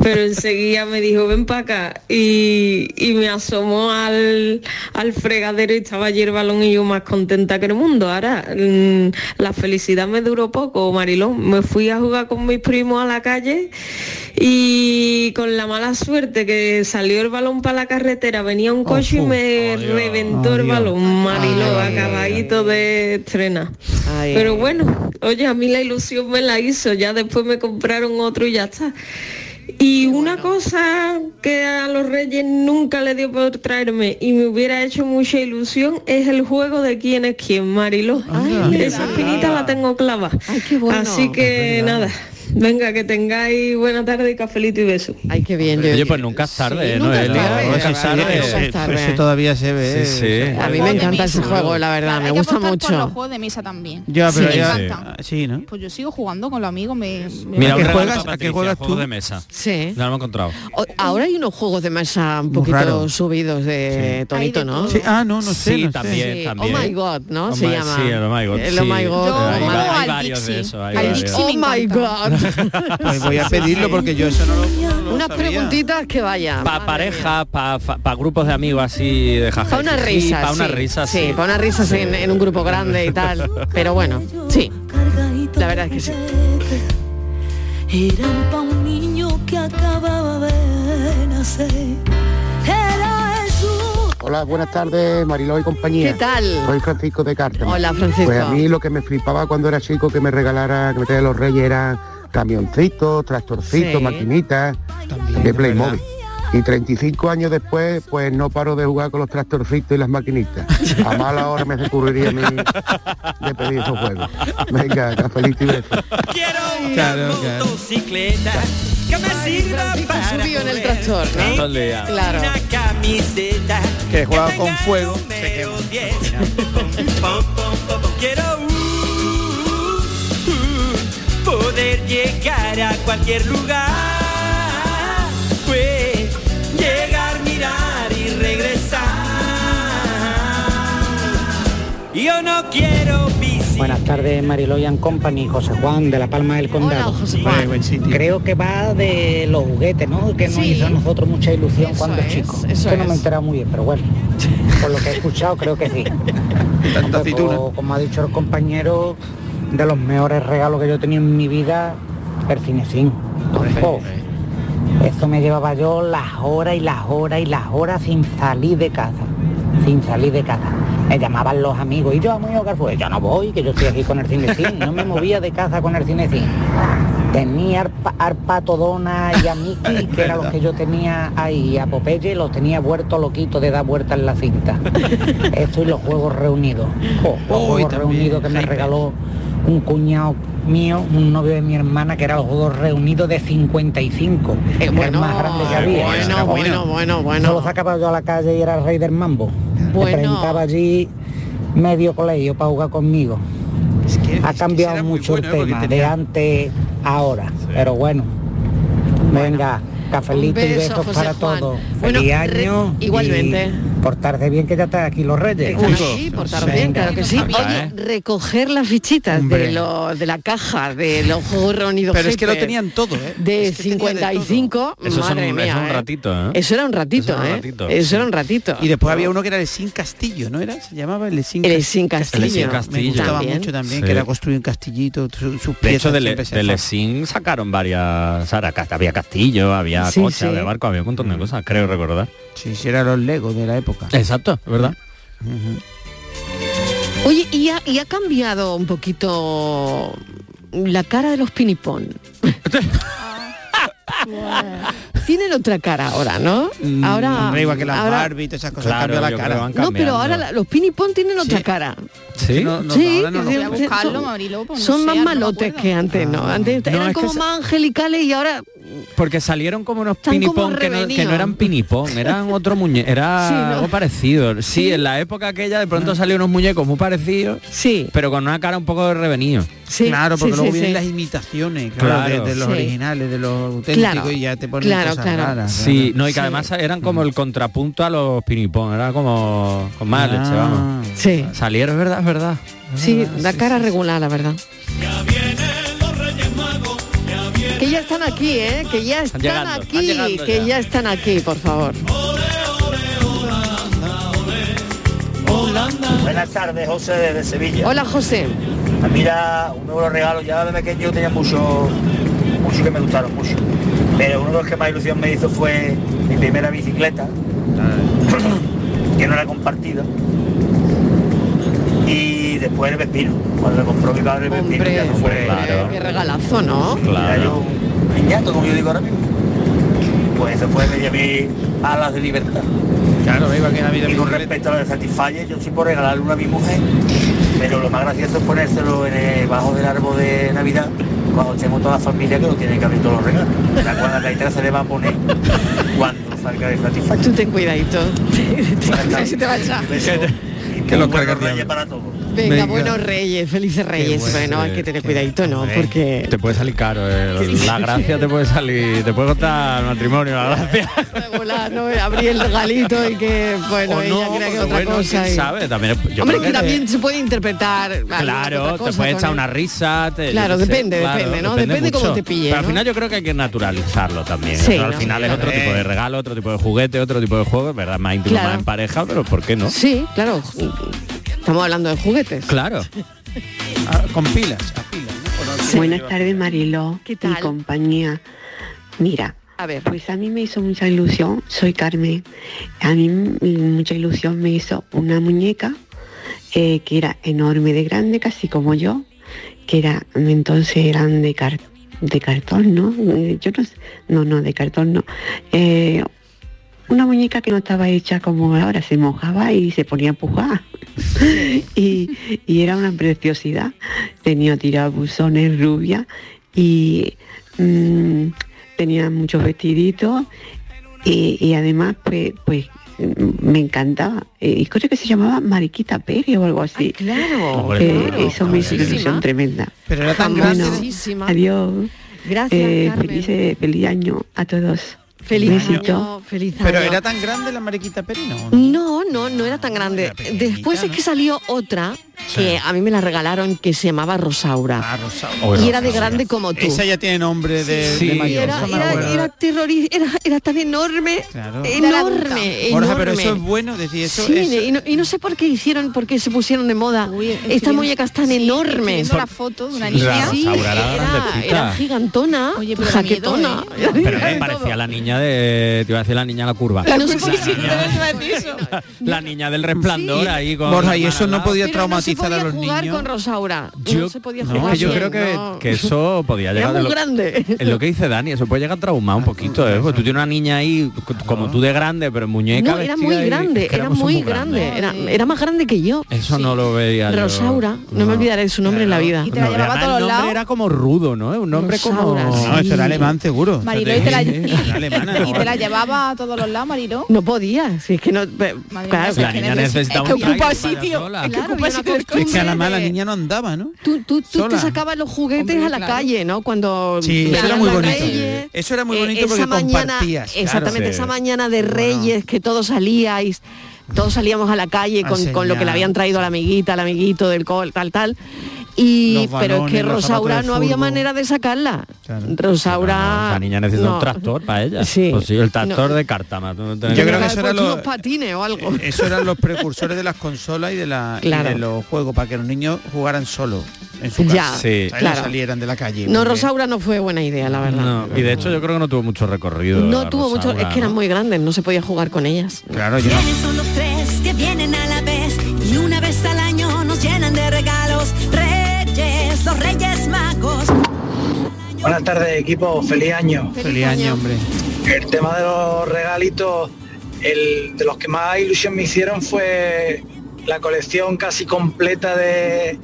S4: pero enseguida me dijo, ven para acá. Y, y me asomó al, al fregadero y estaba allí el balón y yo más contenta que el mundo. Ahora, mm, la felicidad me duró poco, Marilón. Me fui a jugar con mis primos a la calle y con la mala suerte que salió el balón para la carretera, venía un coche y me reventó el balón, Mariló, acabadito de estrenar.
S5: Ay.
S4: Pero bueno, oye, a mí la ilusión me la hizo, ya después me compraron otro y ya está. Y una cosa que a los Reyes nunca le dio por traerme y me hubiera hecho mucha ilusión es el juego de quién es quién, Mariló. Esa espinita
S5: Ah.
S4: la tengo clava. Así que nada. Venga, que tengáis buena tarde y cafelito y beso.
S5: Ay, qué bien,
S7: Oye, pues nunca es tarde, ¿no?
S5: nunca es
S7: Eli?
S5: tarde,
S7: Nunca es
S5: la verdad,
S7: tarde.
S5: nunca es tarde.
S6: Eso todavía se ve.
S7: Sí, sí.
S6: eh.
S5: A mí me encanta ese juego, la verdad, me
S1: Hay que
S5: gusta
S1: apostar por los
S5: mucho.
S1: juegos de mesa también.
S6: Ya, pero
S1: Sí.
S6: ya.
S1: Me encantan.
S6: Sí, ¿no?
S1: Pues yo sigo jugando con los amigos, me, me-
S7: Mira,
S6: ¿A
S7: un
S6: qué
S7: regalo
S6: juegas-
S7: para
S6: a qué
S7: Patricia,
S6: juegas
S7: juegos
S6: tú?
S7: de mesa.
S5: Sí.
S7: No lo hemos encontrado.
S5: O- ahora hay unos juegos de mesa un poquito
S7: raros.
S5: subidos de tonito, ¿no?
S7: Sí, ah, no, no sé,
S5: Sí,
S7: no sé. también, también.
S5: Oh my god, ¿no?
S7: Oh
S5: se
S7: my-
S5: llama.
S7: sí, el Oh My God,
S5: El Oh
S7: sí.
S5: my god.
S7: Yo Hay
S5: oh my
S7: va-
S5: God.
S7: hay varios de esos, hay
S5: Al
S7: varios.
S5: Dixie Oh my god.
S6: Pues voy a pedirlo porque yo eso no lo
S5: Unas preguntitas que vaya.
S7: Para parejas, para grupos de amigos así de jajaja.
S5: Para una risa.
S7: Para una
S5: sí.
S7: risa,
S5: sí. para unas risas en, en un grupo grande y tal. Pero bueno, sí. La verdad es que sí.
S8: Eran pa' un niño que acababa de nacer. Era Jesús.
S21: Hola, buenas tardes, Mariló y compañía.
S5: ¿Qué tal?
S21: Soy Francisco de Cártama.
S5: Hola, Francisco.
S21: Pues a mí lo que me flipaba cuando era chico que me regalara, que me traía los reyes eran camioncitos, tractorcitos,
S5: Sí.
S21: maquinitas de Playmobil. Y 35 años después, pues no paro de jugar con los tractorcitos y las maquinitas. A mala hora me recurriría a mí de pedir esos juegos. Venga, cafelito y besos.
S6: Claro, claro.
S11: Motocicleta que me sirva para
S5: subido en el
S11: correr.
S5: tractor, ¿no?
S6: Todo el día.
S5: Claro.
S11: Una camiseta
S6: Que juega con fuego.
S11: bien. Pom, pom, pom, pom. Quiero uh, uh, poder llegar a cualquier lugar. Pues, llegar, mirar y regresar. Yo no quiero
S22: Buenas tardes, Mariloy and Company, José Juan de La Palma del Condado. Creo que va de los juguetes, ¿no? Que nos hizo a nosotros mucha ilusión cuando chicos. Eso no me he enterado muy bien, pero bueno, por lo que he escuchado creo que sí. Aunque Como, como ha dicho el compañero, de los mejores regalos que yo he tenido en mi vida, el cinecín. Oh, Eso me llevaba yo las horas y las horas y las horas sin salir de casa. Sin salir de casa. Me llamaban los amigos y yo vamos a jugar fútbol. Yo no voy, que yo estoy aquí con el cinecín. No me movía de casa con el cinecín. Tenía arpa, arpa todona y a Miki, que eran los que yo tenía ahí, a Popeye, los tenía vuelto loquito de dar vueltas en la cinta. Eso y los juegos reunidos. Jo, los juegos reunidos que me regaló un cuñado mío, un novio de mi hermana, que era los juegos reunidos de 55. que era el más grande que había.
S5: bueno, bueno, bueno, bueno.
S22: Solo sacaba yo a la calle y era el rey del mambo.
S5: Bueno.
S22: Me presentaba allí medio colegio para jugar conmigo. ha cambiado mucho
S6: bueno, ¿eh?
S22: el
S6: porque
S22: tema de
S6: tenía-
S22: antes a ahora, pero bueno. Venga,
S5: Un
S22: cafelito
S5: beso,
S22: y besos
S5: José
S22: para
S5: Juan.
S22: todos.
S5: Bueno,
S22: Feliz
S5: re-
S22: año. y
S5: igualmente.
S22: Portarse bien que ya están aquí los reyes.
S5: Ah, sí, portaros bien, claro que sí. Oye, recoger las fichitas
S22: ¿eh?
S5: de,
S22: Hombre.
S5: lo- de la caja de los juegos reunidos.
S6: Pero es que lo
S5: Hiper
S6: tenían todo, ¿eh?
S5: De 55,
S7: Eso son-
S5: madre
S7: es
S5: mía.
S7: un
S5: ¿eh?
S7: ratito, ¿eh?
S5: Eso era un ratito,
S7: Eso era un
S5: ¿eh?
S7: ratito.
S5: Eso era un ratito.
S6: Y después había uno que era el Sin Castillo, ¿no era? Se llamaba el Sin,
S5: El Sin Castillo.
S7: El Sin
S6: Me
S7: Castillo.
S6: gustaba
S7: También.
S6: mucho también,
S7: Sí.
S6: que era construir un castillito, su- sus
S7: De hecho,
S6: piezas
S7: de, Le-
S6: siempre se
S7: de
S6: hacían.
S7: Lesín sacaron varias... o sea, era cast- había castillo, había
S6: Sí,
S7: coche,
S6: sí.
S7: había barco, había un montón de cosas, creo recordar.
S6: Sí, sí, eran los Legos de la época.
S7: Exacto, ¿verdad?
S5: Oye, y ha, y ha cambiado un poquito la cara de los pinipón. Tienen otra cara ahora, ¿no? Ahora,
S6: Mm, Hombre, igual que las
S5: ahora-
S6: Barbie y todas esas cosas,
S7: Claro,
S6: cambia
S7: yo
S6: la
S7: creo que
S6: cara.
S7: van
S5: No, pero ahora la- los pinipón tienen otra cara.
S7: ¿Sí?
S5: sí,
S1: Voy a
S5: son-
S1: buscarlo,
S5: son-
S1: Mariló, pues no
S5: son
S1: sé,
S5: más
S1: ahora no me
S5: malotes que antes, ¿no? Antes
S7: No,
S5: eran
S7: es que
S5: como
S7: se-
S5: más angelicales y ahora
S7: Porque salieron como unos
S5: Están
S7: pinipón
S5: como
S7: que no, que
S5: revenidos.
S7: no eran pinipón, eran otro muñeco, era
S5: Sí, ¿no?
S7: algo parecido. Sí, en la época aquella de pronto salieron unos muñecos muy parecidos,
S5: sí,
S7: pero con una cara un poco de revenido.
S6: claro, porque luego vienen las
S7: Sí,
S6: imitaciones, claro,
S7: Claro.
S6: de, de los
S7: Sí.
S6: originales, de los auténticos
S7: Claro,
S6: y ya te ponen
S7: claro,
S6: cosas
S7: claro.
S6: raras.
S7: no, y que además eran como el contrapunto a los pinipón, era como con más
S6: Ah.
S7: leche, vamos.
S5: Sí.
S7: Salieron, es verdad, es verdad.
S5: sí, la cara regular, la verdad. Que ya están aquí, ¿eh? Que ya están
S7: llegando, están
S5: aquí,
S7: llegando
S5: que
S7: ya.
S5: ya. están aquí, por favor.
S13: Buenas tardes, José desde Sevilla.
S5: Hola, José.
S13: Ah, Mira, uno de los regalos, ya de pequeño tenía mucho, mucho que me gustaron mucho. Pero uno de los que más ilusión me hizo fue mi primera bicicleta, que no era compartida. Y después el Vespino, cuando me compró mi padre el Vespino, ya no fue
S5: Qué regalazo, ¿no?
S13: Era yo un niñato, como yo digo ahora mismo. pues eso fue me llevé alas de libertad.
S6: Claro, iba que Navidad
S13: Y con respecto a lo de Satisfyer, yo sí por regalarle una a mi mujer, pero lo más gracioso es ponérselo en el bajo del árbol de Navidad cuando estemos toda la familia que lo tiene que abrir todos los regalos. La cual la gaitera se le va a poner cuando salga de Satisfyer.
S5: Pues Tú ten cuidadito. Se te va a echar.
S6: Que los carga el
S13: reyes
S6: diablo.
S13: para todos.
S5: Venga,
S6: Venga.
S5: buenos reyes, felices reyes.
S7: bueno,
S5: bueno, hay
S7: eh,
S5: que tener cuidadito, ¿no? Porque
S7: Te puede salir caro, eh, la gracia te puede salir, te puede costar el matrimonio, la gracia.
S5: regular, ¿no? Abrí el regalito y que, bueno,
S7: O
S5: ella
S7: no,
S5: crea que
S7: porque
S5: otra
S7: bueno,
S5: cosa.
S7: quién
S5: y-
S7: sabe, también yo
S5: Hombre,
S7: creo
S5: que también se puede interpretar. alguna otra
S7: Claro, te
S5: cosa
S7: puede
S5: con
S7: echar
S5: él.
S7: una risa. te- yo
S5: Claro,
S7: qué sé,
S5: depende, depende, ¿no? Depende cómo te pille,
S7: Pero al
S5: ¿no?
S7: final yo creo que hay que naturalizarlo también.
S5: Sí,
S7: Eso al
S5: ¿no?
S7: final es otro
S5: Claro.
S7: tipo de regalo, otro tipo de juguete, otro tipo de juego, ¿verdad? Más íntimo,
S5: Claro.
S7: más en pareja, pero ¿por qué no?
S5: Sí, claro. Estamos hablando de juguetes.
S7: Claro.
S6: Ah, Con pilas.
S2: Buenas tardes, Marilo. ¿Qué tal? compañía. Mira,
S5: a ver.
S2: pues a mí me hizo mucha ilusión, soy Carmen, a mí mm, mucha ilusión me hizo una muñeca eh, que era enorme de grande, casi como yo, que era, entonces eran de, car- de cartón, ¿no? Eh, Yo no sé, no, no, de cartón no. Eh, una muñeca que no estaba hecha como ahora, se mojaba y se ponía a pujar. y, y era una preciosidad. Tenía tirabuzones rubia y mm, tenía muchos vestiditos y, y además pues, pues mm, me encantaba. Eh, Y creo que se llamaba Mariquita Pérez o algo así.
S5: claro,
S2: Eh,
S5: claro.
S2: Eso me hizo una ilusión
S5: Famosísima.
S2: tremenda.
S5: Pero era tan
S2: Bueno,
S5: Famosísima.
S2: Adiós.
S5: Gracias,
S2: Eh,
S5: Carmen.
S2: feliz, feliz año a todos.
S5: Feliz
S2: Besito.
S5: año, feliz año.
S6: Pero era tan grande la mariquita Perino.
S5: No, no, no era tan grande. Después es que salió otra que a mí me la regalaron que se llamaba Rosaura. Y era de grande como tú.
S6: Ah, Esa ya tiene nombre de,
S5: Sí,
S6: de mayor.
S5: era,
S6: Esa me
S5: era-
S6: acuerdo.
S5: era terrorista, era, era tan enorme,
S6: Claro.
S5: enorme,
S6: Borja,
S5: enorme.
S6: pero eso es bueno decir eso.
S5: Sí,
S6: es-
S5: y no, y no sé por qué hicieron, por qué se pusieron de moda estas muñecas tan enormes.
S1: viendo la foto de una
S7: Sí,
S1: niña.
S5: Sí,
S7: Rosaura era
S5: era,
S7: grandecita.
S5: era gigantona,
S1: pero da miedo, ¿eh?
S5: jaquetona.
S7: Pero me parecía la niña de. Te iba a decir la niña de la curva.
S5: No sé por
S7: La
S5: qué se-
S7: niña- La niña del resplandor ahí con.
S6: Borja, y eso no podía
S5: Pero no se
S6: traumatizar
S5: podía
S6: a los
S5: jugar
S6: niños.
S5: con Rosaura. no
S7: Yo-
S5: se podía
S7: no,
S5: jugar.
S7: yo
S5: bien,
S7: creo que,
S5: no.
S7: que eso podía
S5: Era
S7: llegar de
S5: muy
S7: lo-
S5: grande.
S7: Es lo que dice Dani, eso puede llegar traumado un poquito, ¿eh? Porque tú tienes una niña ahí, co- como tú de grande, pero en muñeca.
S5: no, era
S7: vestida
S5: muy
S7: y-
S5: grande,
S7: es que
S5: era
S7: éramos
S5: muy
S7: muy grandes.
S5: grande, era, era más grande que yo.
S7: Eso no lo veía yo.
S5: Rosaura, no, me olvidaré su nombre en la vida.
S7: No, además el nombre era como rudo, ¿no? Un nombre como...
S5: Rosaura, sí.
S6: No, eso era alemán seguro.
S1: Mariló, y te la, y te la llevaba a todos los lados, Mariló.
S5: No podía, si es que no... claro,
S7: La niña necesitaba
S1: es que
S7: un traje
S1: ocupa
S7: para
S1: sitio.
S7: sola.
S1: Es que
S5: Claro,
S1: ocupa
S5: y una
S1: sitio.
S5: costumbre
S6: Es que a la mala
S5: de-
S6: niña no andaba, ¿no?
S5: Tú, tú, tú te
S6: Sola.
S5: sacabas los juguetes a la calle, ¿no? Cuando...
S6: Sí, eso era
S5: eran
S6: muy
S5: los
S6: bonito.
S5: Reyes.
S6: Eso era muy
S5: Eh,
S6: bonito
S5: esa
S6: porque
S5: mañana,
S6: compartías. claro.
S5: Exactamente, esa mañana de Reyes que todos salíais, todos salíamos a la calle
S6: A
S5: con, con lo que le
S6: enseñar.
S5: habían traído a la amiguita, al amiguito del col, tal, tal. Y
S7: Los
S5: pero es que
S7: balones, los
S5: Rosaura
S7: zapatos de
S5: no había
S7: fútbol.
S5: manera de sacarla. Rosaura.
S7: La niña necesita
S5: no.
S7: un tractor para ella.
S5: Sí.
S7: Pues sí, el tractor
S5: No.
S7: de Cártama. Yo
S6: Yo creo que eso era
S5: Pues
S6: lo,
S5: unos patines o algo.
S6: Eh, Eso eran los precursores de las consolas y de, la, y
S5: Claro.
S6: de los juegos, para que los niños jugaran solo en su
S5: Ya,
S6: casa.
S7: Sí.
S6: O sea,
S5: claro.
S6: No salieran de la calle.
S5: No,
S6: porque-
S5: Rosaura no fue buena idea, la verdad.
S7: No, y de hecho yo creo que no tuvo mucho recorrido.
S5: No,
S7: la
S5: tuvo mucho,
S7: Rosaura,
S5: es que eran muy grandes, no se podía jugar con ellas.
S7: ¿no? Claro, yo no-
S9: Tienes solo tres que vienen a la vez y una vez al año nos llenan de regalos. Reyes, los reyes magos.
S13: Buenas tardes, equipo. Feliz año.
S6: Feliz año, hombre.
S13: El tema de los regalitos, el, de los que más ilusión me hicieron fue la colección casi completa de,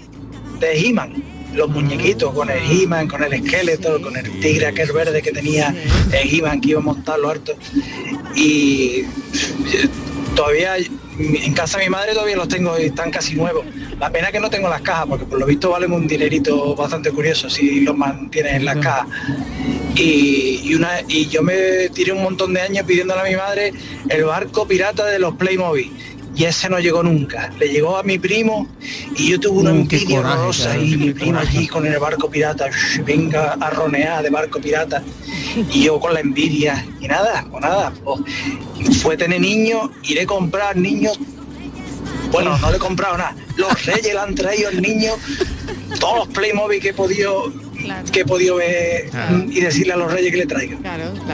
S13: de He-Man. Los muñequitos con el He-Man, con el esqueleto, con el tigre aquel verde que tenía el He-Man que iba a montar lo harto. Y eh, todavía en casa de mi madre todavía los tengo y están casi nuevos. La pena es que no tengo las cajas porque por lo visto valen un dinerito bastante curioso si los mantienes en las cajas y, y una, y yo me tiré un montón de años pidiéndole a mi madre el barco pirata de los Playmobil. Y ese no llegó nunca. Le llegó a mi primo y yo tuve una envidia horrorosa y mi primo allí con el barco pirata, "Shh, venga a ronear de barco pirata. Y yo con la envidia. Y nada, pues nada. pues, fue tener niños, iré a comprar niños. Bueno, no le he comprado nada. Los reyes le han traído al niño todos los Playmobil que he podido
S14: que he podido ver
S5: Claro.
S14: y decirle a los reyes que le traigan.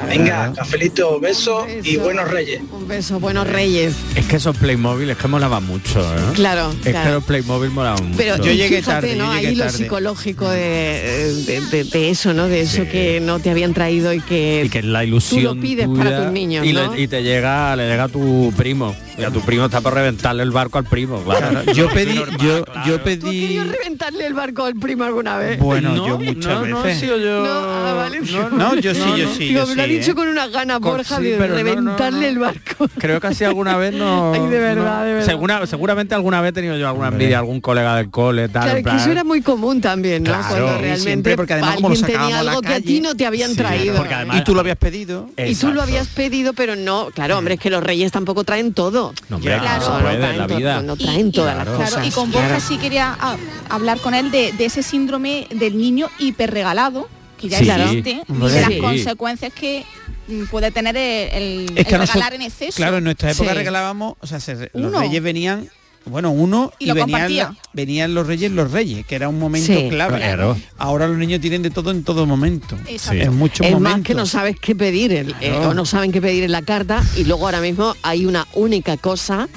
S14: Venga, cafelito, besos y buenos reyes.
S5: Un beso, buenos reyes.
S7: Es que esos Playmobil es que molaban mucho, ¿eh?
S5: Claro,
S7: Es que
S5: claro.
S7: los Playmobil molaban mucho.
S5: Pero yo llegué fíjate, ¿no? Ahí lo psicológico de, de- de- de eso, ¿no? De eso que no te habían traído y que,
S7: y que es la ilusión
S5: pides
S7: tuya
S5: para tus niños,
S7: y, le-
S5: ¿no?
S7: y te llega le llega a tu primo y a tu primo está por reventarle el barco al primo claro.
S6: Claro, yo pedí- yo- yo pedí
S5: reventarle el barco al primo alguna vez.
S6: Bueno, yo muchas
S7: no, no,
S6: veces.
S7: sí, yo- yo-
S5: No, ah, vale.
S6: No, no, yo sí, yo sí,
S5: Digo,
S6: yo
S5: me lo ha
S6: sí,
S5: dicho
S6: ¿eh?
S5: con una gana,
S6: Con-
S5: Borja,
S6: sí,
S5: de
S6: pero no, no,
S5: reventarle el barco.
S7: creo que así alguna vez no
S5: Ay, de verdad, de verdad.
S7: Segura- seguramente alguna vez he tenido yo alguna envidia algún colega del cole tal
S5: Claro,
S7: en
S5: que
S7: plan,
S5: eso era muy común también, ¿no?
S7: Claro.
S5: Cuando
S7: Sí,
S5: realmente
S7: siempre, porque además como lo
S5: alguien tenía
S7: sacábamos a la
S5: algo que a ti
S7: calle-
S5: no te habían
S7: Sí,
S5: traído.
S7: porque además-
S6: Y tú lo habías pedido.
S5: Y tú lo habías pedido, pero no, claro, hombre, es que los reyes tampoco traen todo.
S7: No, hombre,
S5: Claro,
S7: no se
S5: no
S7: puede,
S5: traen
S7: la
S5: todo,
S7: vida.
S5: no traen todas las
S1: Claro,
S5: cosas.
S1: y con Borja sí quería ah, hablar con él de, de ese síndrome del niño hiperregalado que ya
S6: Sí,
S1: existe y
S6: hombre.
S1: de las
S6: Sí.
S1: consecuencias que mm, puede tener el, el
S6: a nosotros-
S1: regalar en exceso.
S6: Claro, en nuestra época
S1: Sí.
S6: regalábamos, o sea, se re- los
S1: Uno.
S6: reyes venían, bueno, uno
S1: Y
S6: y,
S1: lo
S6: venían,
S1: compartía.
S6: la- venían los reyes, los reyes, que era un momento
S5: Sí.
S6: clave.
S5: Claro.
S6: Ahora los niños tienen de todo en todo momento.
S5: Exacto.
S6: En muchos
S5: es
S6: momentos.
S5: más que no sabes qué pedir el- eh,
S6: Claro.
S5: o no saben qué pedir en la carta y luego ahora mismo hay una única cosa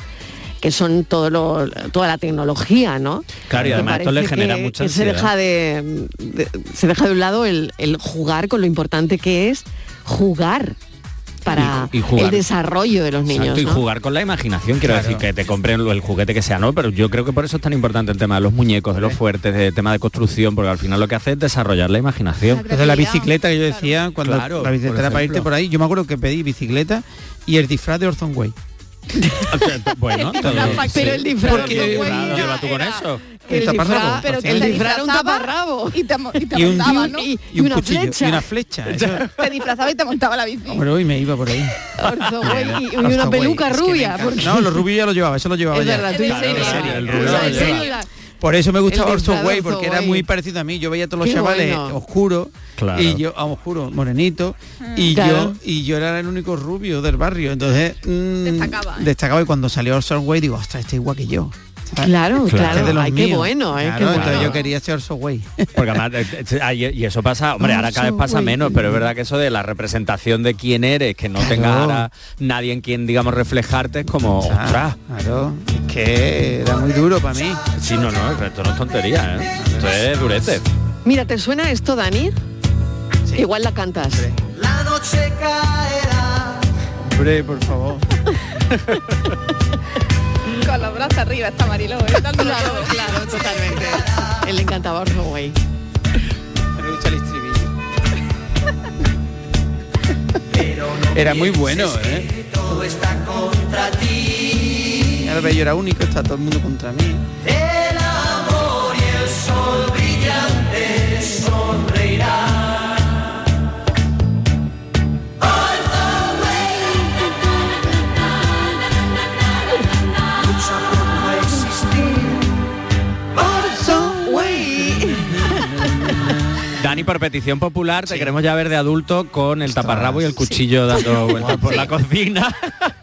S5: que son todo lo- toda la tecnología, ¿no?
S7: Claro, y
S5: Que
S7: además esto le
S5: parece
S7: genera
S5: que-
S7: mucha
S5: que se
S7: ansiedad.
S5: deja de, de- se deja de un lado el, el jugar con lo importante que es jugar para
S7: Y- y jugar.
S5: el desarrollo de los niños.
S7: Exacto, y
S5: ¿no?
S7: jugar con la imaginación, quiero
S6: Claro.
S7: decir que te compren lo- el juguete que sea, ¿no? Pero yo creo que por eso es tan importante el tema de los muñecos, de los fuertes, del tema de construcción, porque al final lo que hace es desarrollar la imaginación.
S6: Entonces la bicicleta que yo decía, cuando
S7: Claro,
S6: la
S7: por
S6: bicicleta era para
S7: ejemplo.
S6: irte por ahí, yo me acuerdo que pedí bicicleta y el disfraz de Orson Way.
S7: bueno, todo-
S5: Pero el disfraz
S7: Porque-
S5: no fue
S7: Claro,
S5: ella,
S7: lleva tú con eso.
S5: El
S6: El taparrabo,
S5: disfraz, pero que el
S6: básicamente.
S5: disfraz era un taparrabo.
S1: Y te, mo- y te
S6: Y un-
S1: montaba, ¿no?
S6: y- y Y un una cuchillo, flecha. y una flecha, eso.
S1: te disfrazaba y te montaba la bici.
S6: Pero hoy me iba por ahí.
S5: Orson Welles y- y una
S6: Orson Welles,
S5: peluca
S6: ¿eh? es que me
S5: rubia,
S6: encanta.
S5: porque-
S6: No, los rubios ya lo llevaba, eso lo llevaba
S5: Es
S6: ya.
S5: verdad, tú en serio.
S7: el
S5: O
S7: rubio
S5: sea,
S7: lo
S5: en serio,
S7: lleva.
S5: la-
S6: Por eso me gusta
S5: El
S6: Orson
S5: disfraz de
S6: Way, porque
S5: Orson
S6: era
S5: Welles.
S6: muy parecido a mí. Yo veía a todos los
S5: Qué
S6: chavales
S5: bueno. Mm.
S6: oscuros
S7: Claro.
S6: y yo a oscuro, morenito, y yo
S5: Claro.
S6: y yo era el único rubio del barrio. Entonces mm, destacaba. y cuando salió Orson Way digo, ostras, este es igual que yo. ¿Sabes?
S5: Claro,
S6: Este es
S5: claro.
S6: de los
S5: Ay, qué
S6: míos.
S5: bueno, eh, qué
S6: Claro, entonces
S5: bueno.
S6: yo quería ser Orson Way.
S7: Porque además, eh, eh, ay, y eso pasa,
S6: Ah,
S7: hombre, ahora cada vez pasa menos, pero es verdad que eso de la representación de quién eres, que no tengas ahora nadie en quien, digamos, reflejarte, es como, ostras.
S6: Claro, es que era muy duro para mí.
S7: Sí, no, no, esto no es tontería, ¿eh? Esto es durete.
S5: Mira, ¿te suena esto, Dani? Igual la cantas.
S11: La noche caerá.
S6: Hombre, por favor.
S1: Con los brazos arriba está Mariló, ¿eh? Dándolo todo.
S5: Claro, totalmente. Él le encantaba Orson Welles.
S6: Me gusta el estribillo. Era muy bueno, ¿eh?
S11: Todo está contra ti.
S6: Ya lo veis, yo era único, está todo el mundo contra mí.
S11: El amor y el sol brillante sonreirá. Lucha por no existir. Orson Welles.
S7: Dani, por petición popular, te queremos ya ver de adulto con el taparrabo y el cuchillo dando vueltas por la cocina.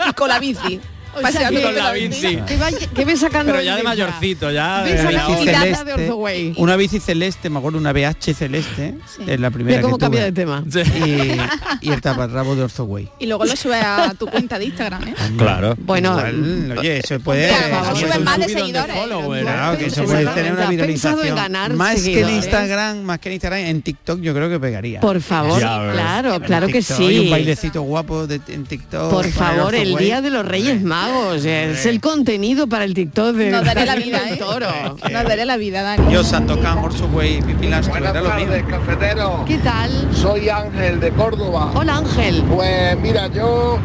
S1: Y con la bici.
S5: O sea,
S1: paseándote
S5: que-
S7: con la bici.
S5: Que, va- que ve sacando
S7: Pero
S5: el
S7: ya de
S5: disfraz.
S7: mayorcito, ya
S5: Ves a
S7: de
S5: la
S7: la
S5: quitanda
S7: hora.
S5: de Orson Welles.
S6: Una bici celeste, me acuerdo, una BH celeste, es la primera
S5: Mira cómo
S6: que tuve.
S5: cambia de tema.
S6: Y, y el taparrabo de Orzoway.
S1: Y luego lo subes a tu cuenta de Instagram, ¿eh?
S6: Claro.
S5: Bueno, eh,
S6: oye, eso puede...
S1: Hombre, a lo
S6: eso
S1: mejor
S6: puede
S1: suben más de
S6: subir un-
S1: seguidores.
S6: Claro, que eso puede
S5: Exactamente,
S6: tener una
S5: ha
S6: viralización.
S5: pensado en ganar
S6: más que en
S5: seguidores.
S6: Instagram, más que en Instagram, en TikTok yo creo que pegaría.
S5: Por favor,
S6: Ya ves.
S5: claro,
S6: En
S5: claro que
S6: TikTok, y un
S5: sí.
S6: bailecito guapo de, en TikTok.
S5: Por
S6: poner
S5: favor, el
S6: Orzoway.
S5: día de los Reyes Magos. Es el contenido para el TikTok de
S1: Nos daré la
S5: Daniel
S1: vida,
S5: del
S1: ¿eh?
S5: Toro.
S1: Nos daré la vida, Dani.
S6: Yo, Santo Can, Orzoway, Pipi Lastra, era lo mío.
S15: cafetero.
S5: ¿Qué tal?
S15: Soy Ángel de Córdoba.
S5: Hola Ángel.
S15: Pues mira, yo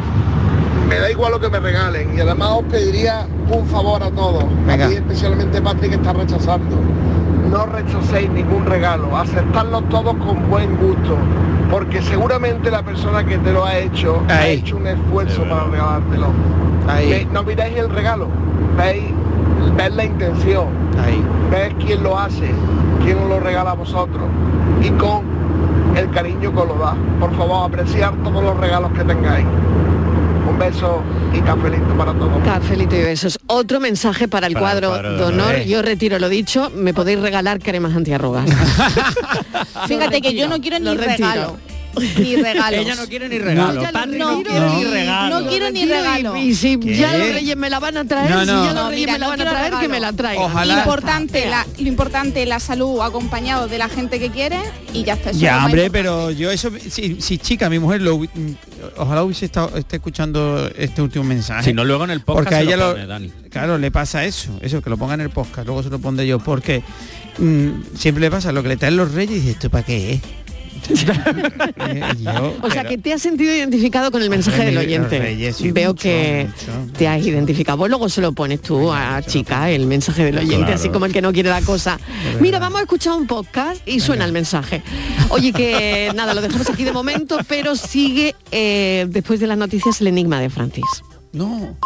S15: me da igual lo que me regalen y además os pediría un favor a todos.
S6: Venga.
S15: A ti especialmente Patrick que está rechazando. No rechacéis ningún regalo, aceptadlos todos con buen gusto. Porque seguramente la persona que te lo ha hecho ha
S6: Ahí.
S15: hecho un esfuerzo para regalártelo.
S6: Ahí.
S15: Ve- No miráis el regalo, veis, veis la intención
S6: Ahí.
S15: ves quién lo hace, quién os lo regala a vosotros y con el cariño que os lo da. Por favor, apreciar todos los regalos que tengáis. Un un beso y cafelito para todos.
S5: Cafelito y besos. Otro mensaje para el,
S15: Para el
S5: cuadro,
S15: cuadro
S5: de
S15: de
S5: honor.
S15: honor.
S5: Yo retiro lo dicho. Me podéis regalar cremas antiarrugas.
S1: Fíjate que yo no quiero ni
S5: Lo retiro.
S1: regalo. Ni regalo.
S5: Ella no quiere
S7: ni regalo.
S5: Patri
S1: no
S5: quiere
S1: ni regalo. No quiero ni regalo.
S5: Y, si
S1: ¿Qué?
S5: ya los reyes me la van a traer,
S1: No,
S5: si
S1: no.
S5: ya los
S1: No,
S5: reyes
S1: mira,
S5: me la
S1: no
S5: van a
S1: quiero
S5: traer, que
S1: regalo.
S5: me la traigan.
S1: Importante la, lo importante la salud acompañado de la gente que quiere y ya está. Eso es lo
S6: Ya,
S1: más
S6: hombre, pero yo eso, si, si chica, mi mujer, lo, hubi- mm, ojalá hubiese estado esté escuchando este último mensaje.
S7: Si no, luego en el podcast
S6: Porque a
S7: se
S6: ella
S7: lo
S6: lo-
S7: pone, Dani.
S6: Claro, le pasa eso, eso, que lo ponga en el podcast, luego se lo pondré yo, porque mm, siempre le pasa lo que le traen los reyes y dice, ¿esto para qué es? Eh, yo,
S5: O sea
S6: pero-
S5: que te has sentido identificado con el mensaje
S6: Hombre,
S5: del
S6: los
S5: oyente.
S6: reyes, sí,
S5: Veo
S6: mucho,
S5: que te has identificado. Vos luego se lo pones tú a chica el mensaje del oyente,
S6: Claro.
S5: así como el que no quiere la cosa. Mira, vamos a escuchar un podcast y suena el mensaje. Oye, que nada, lo dejamos aquí de momento, pero sigue eh, después de las noticias el enigma de Francis.
S6: No.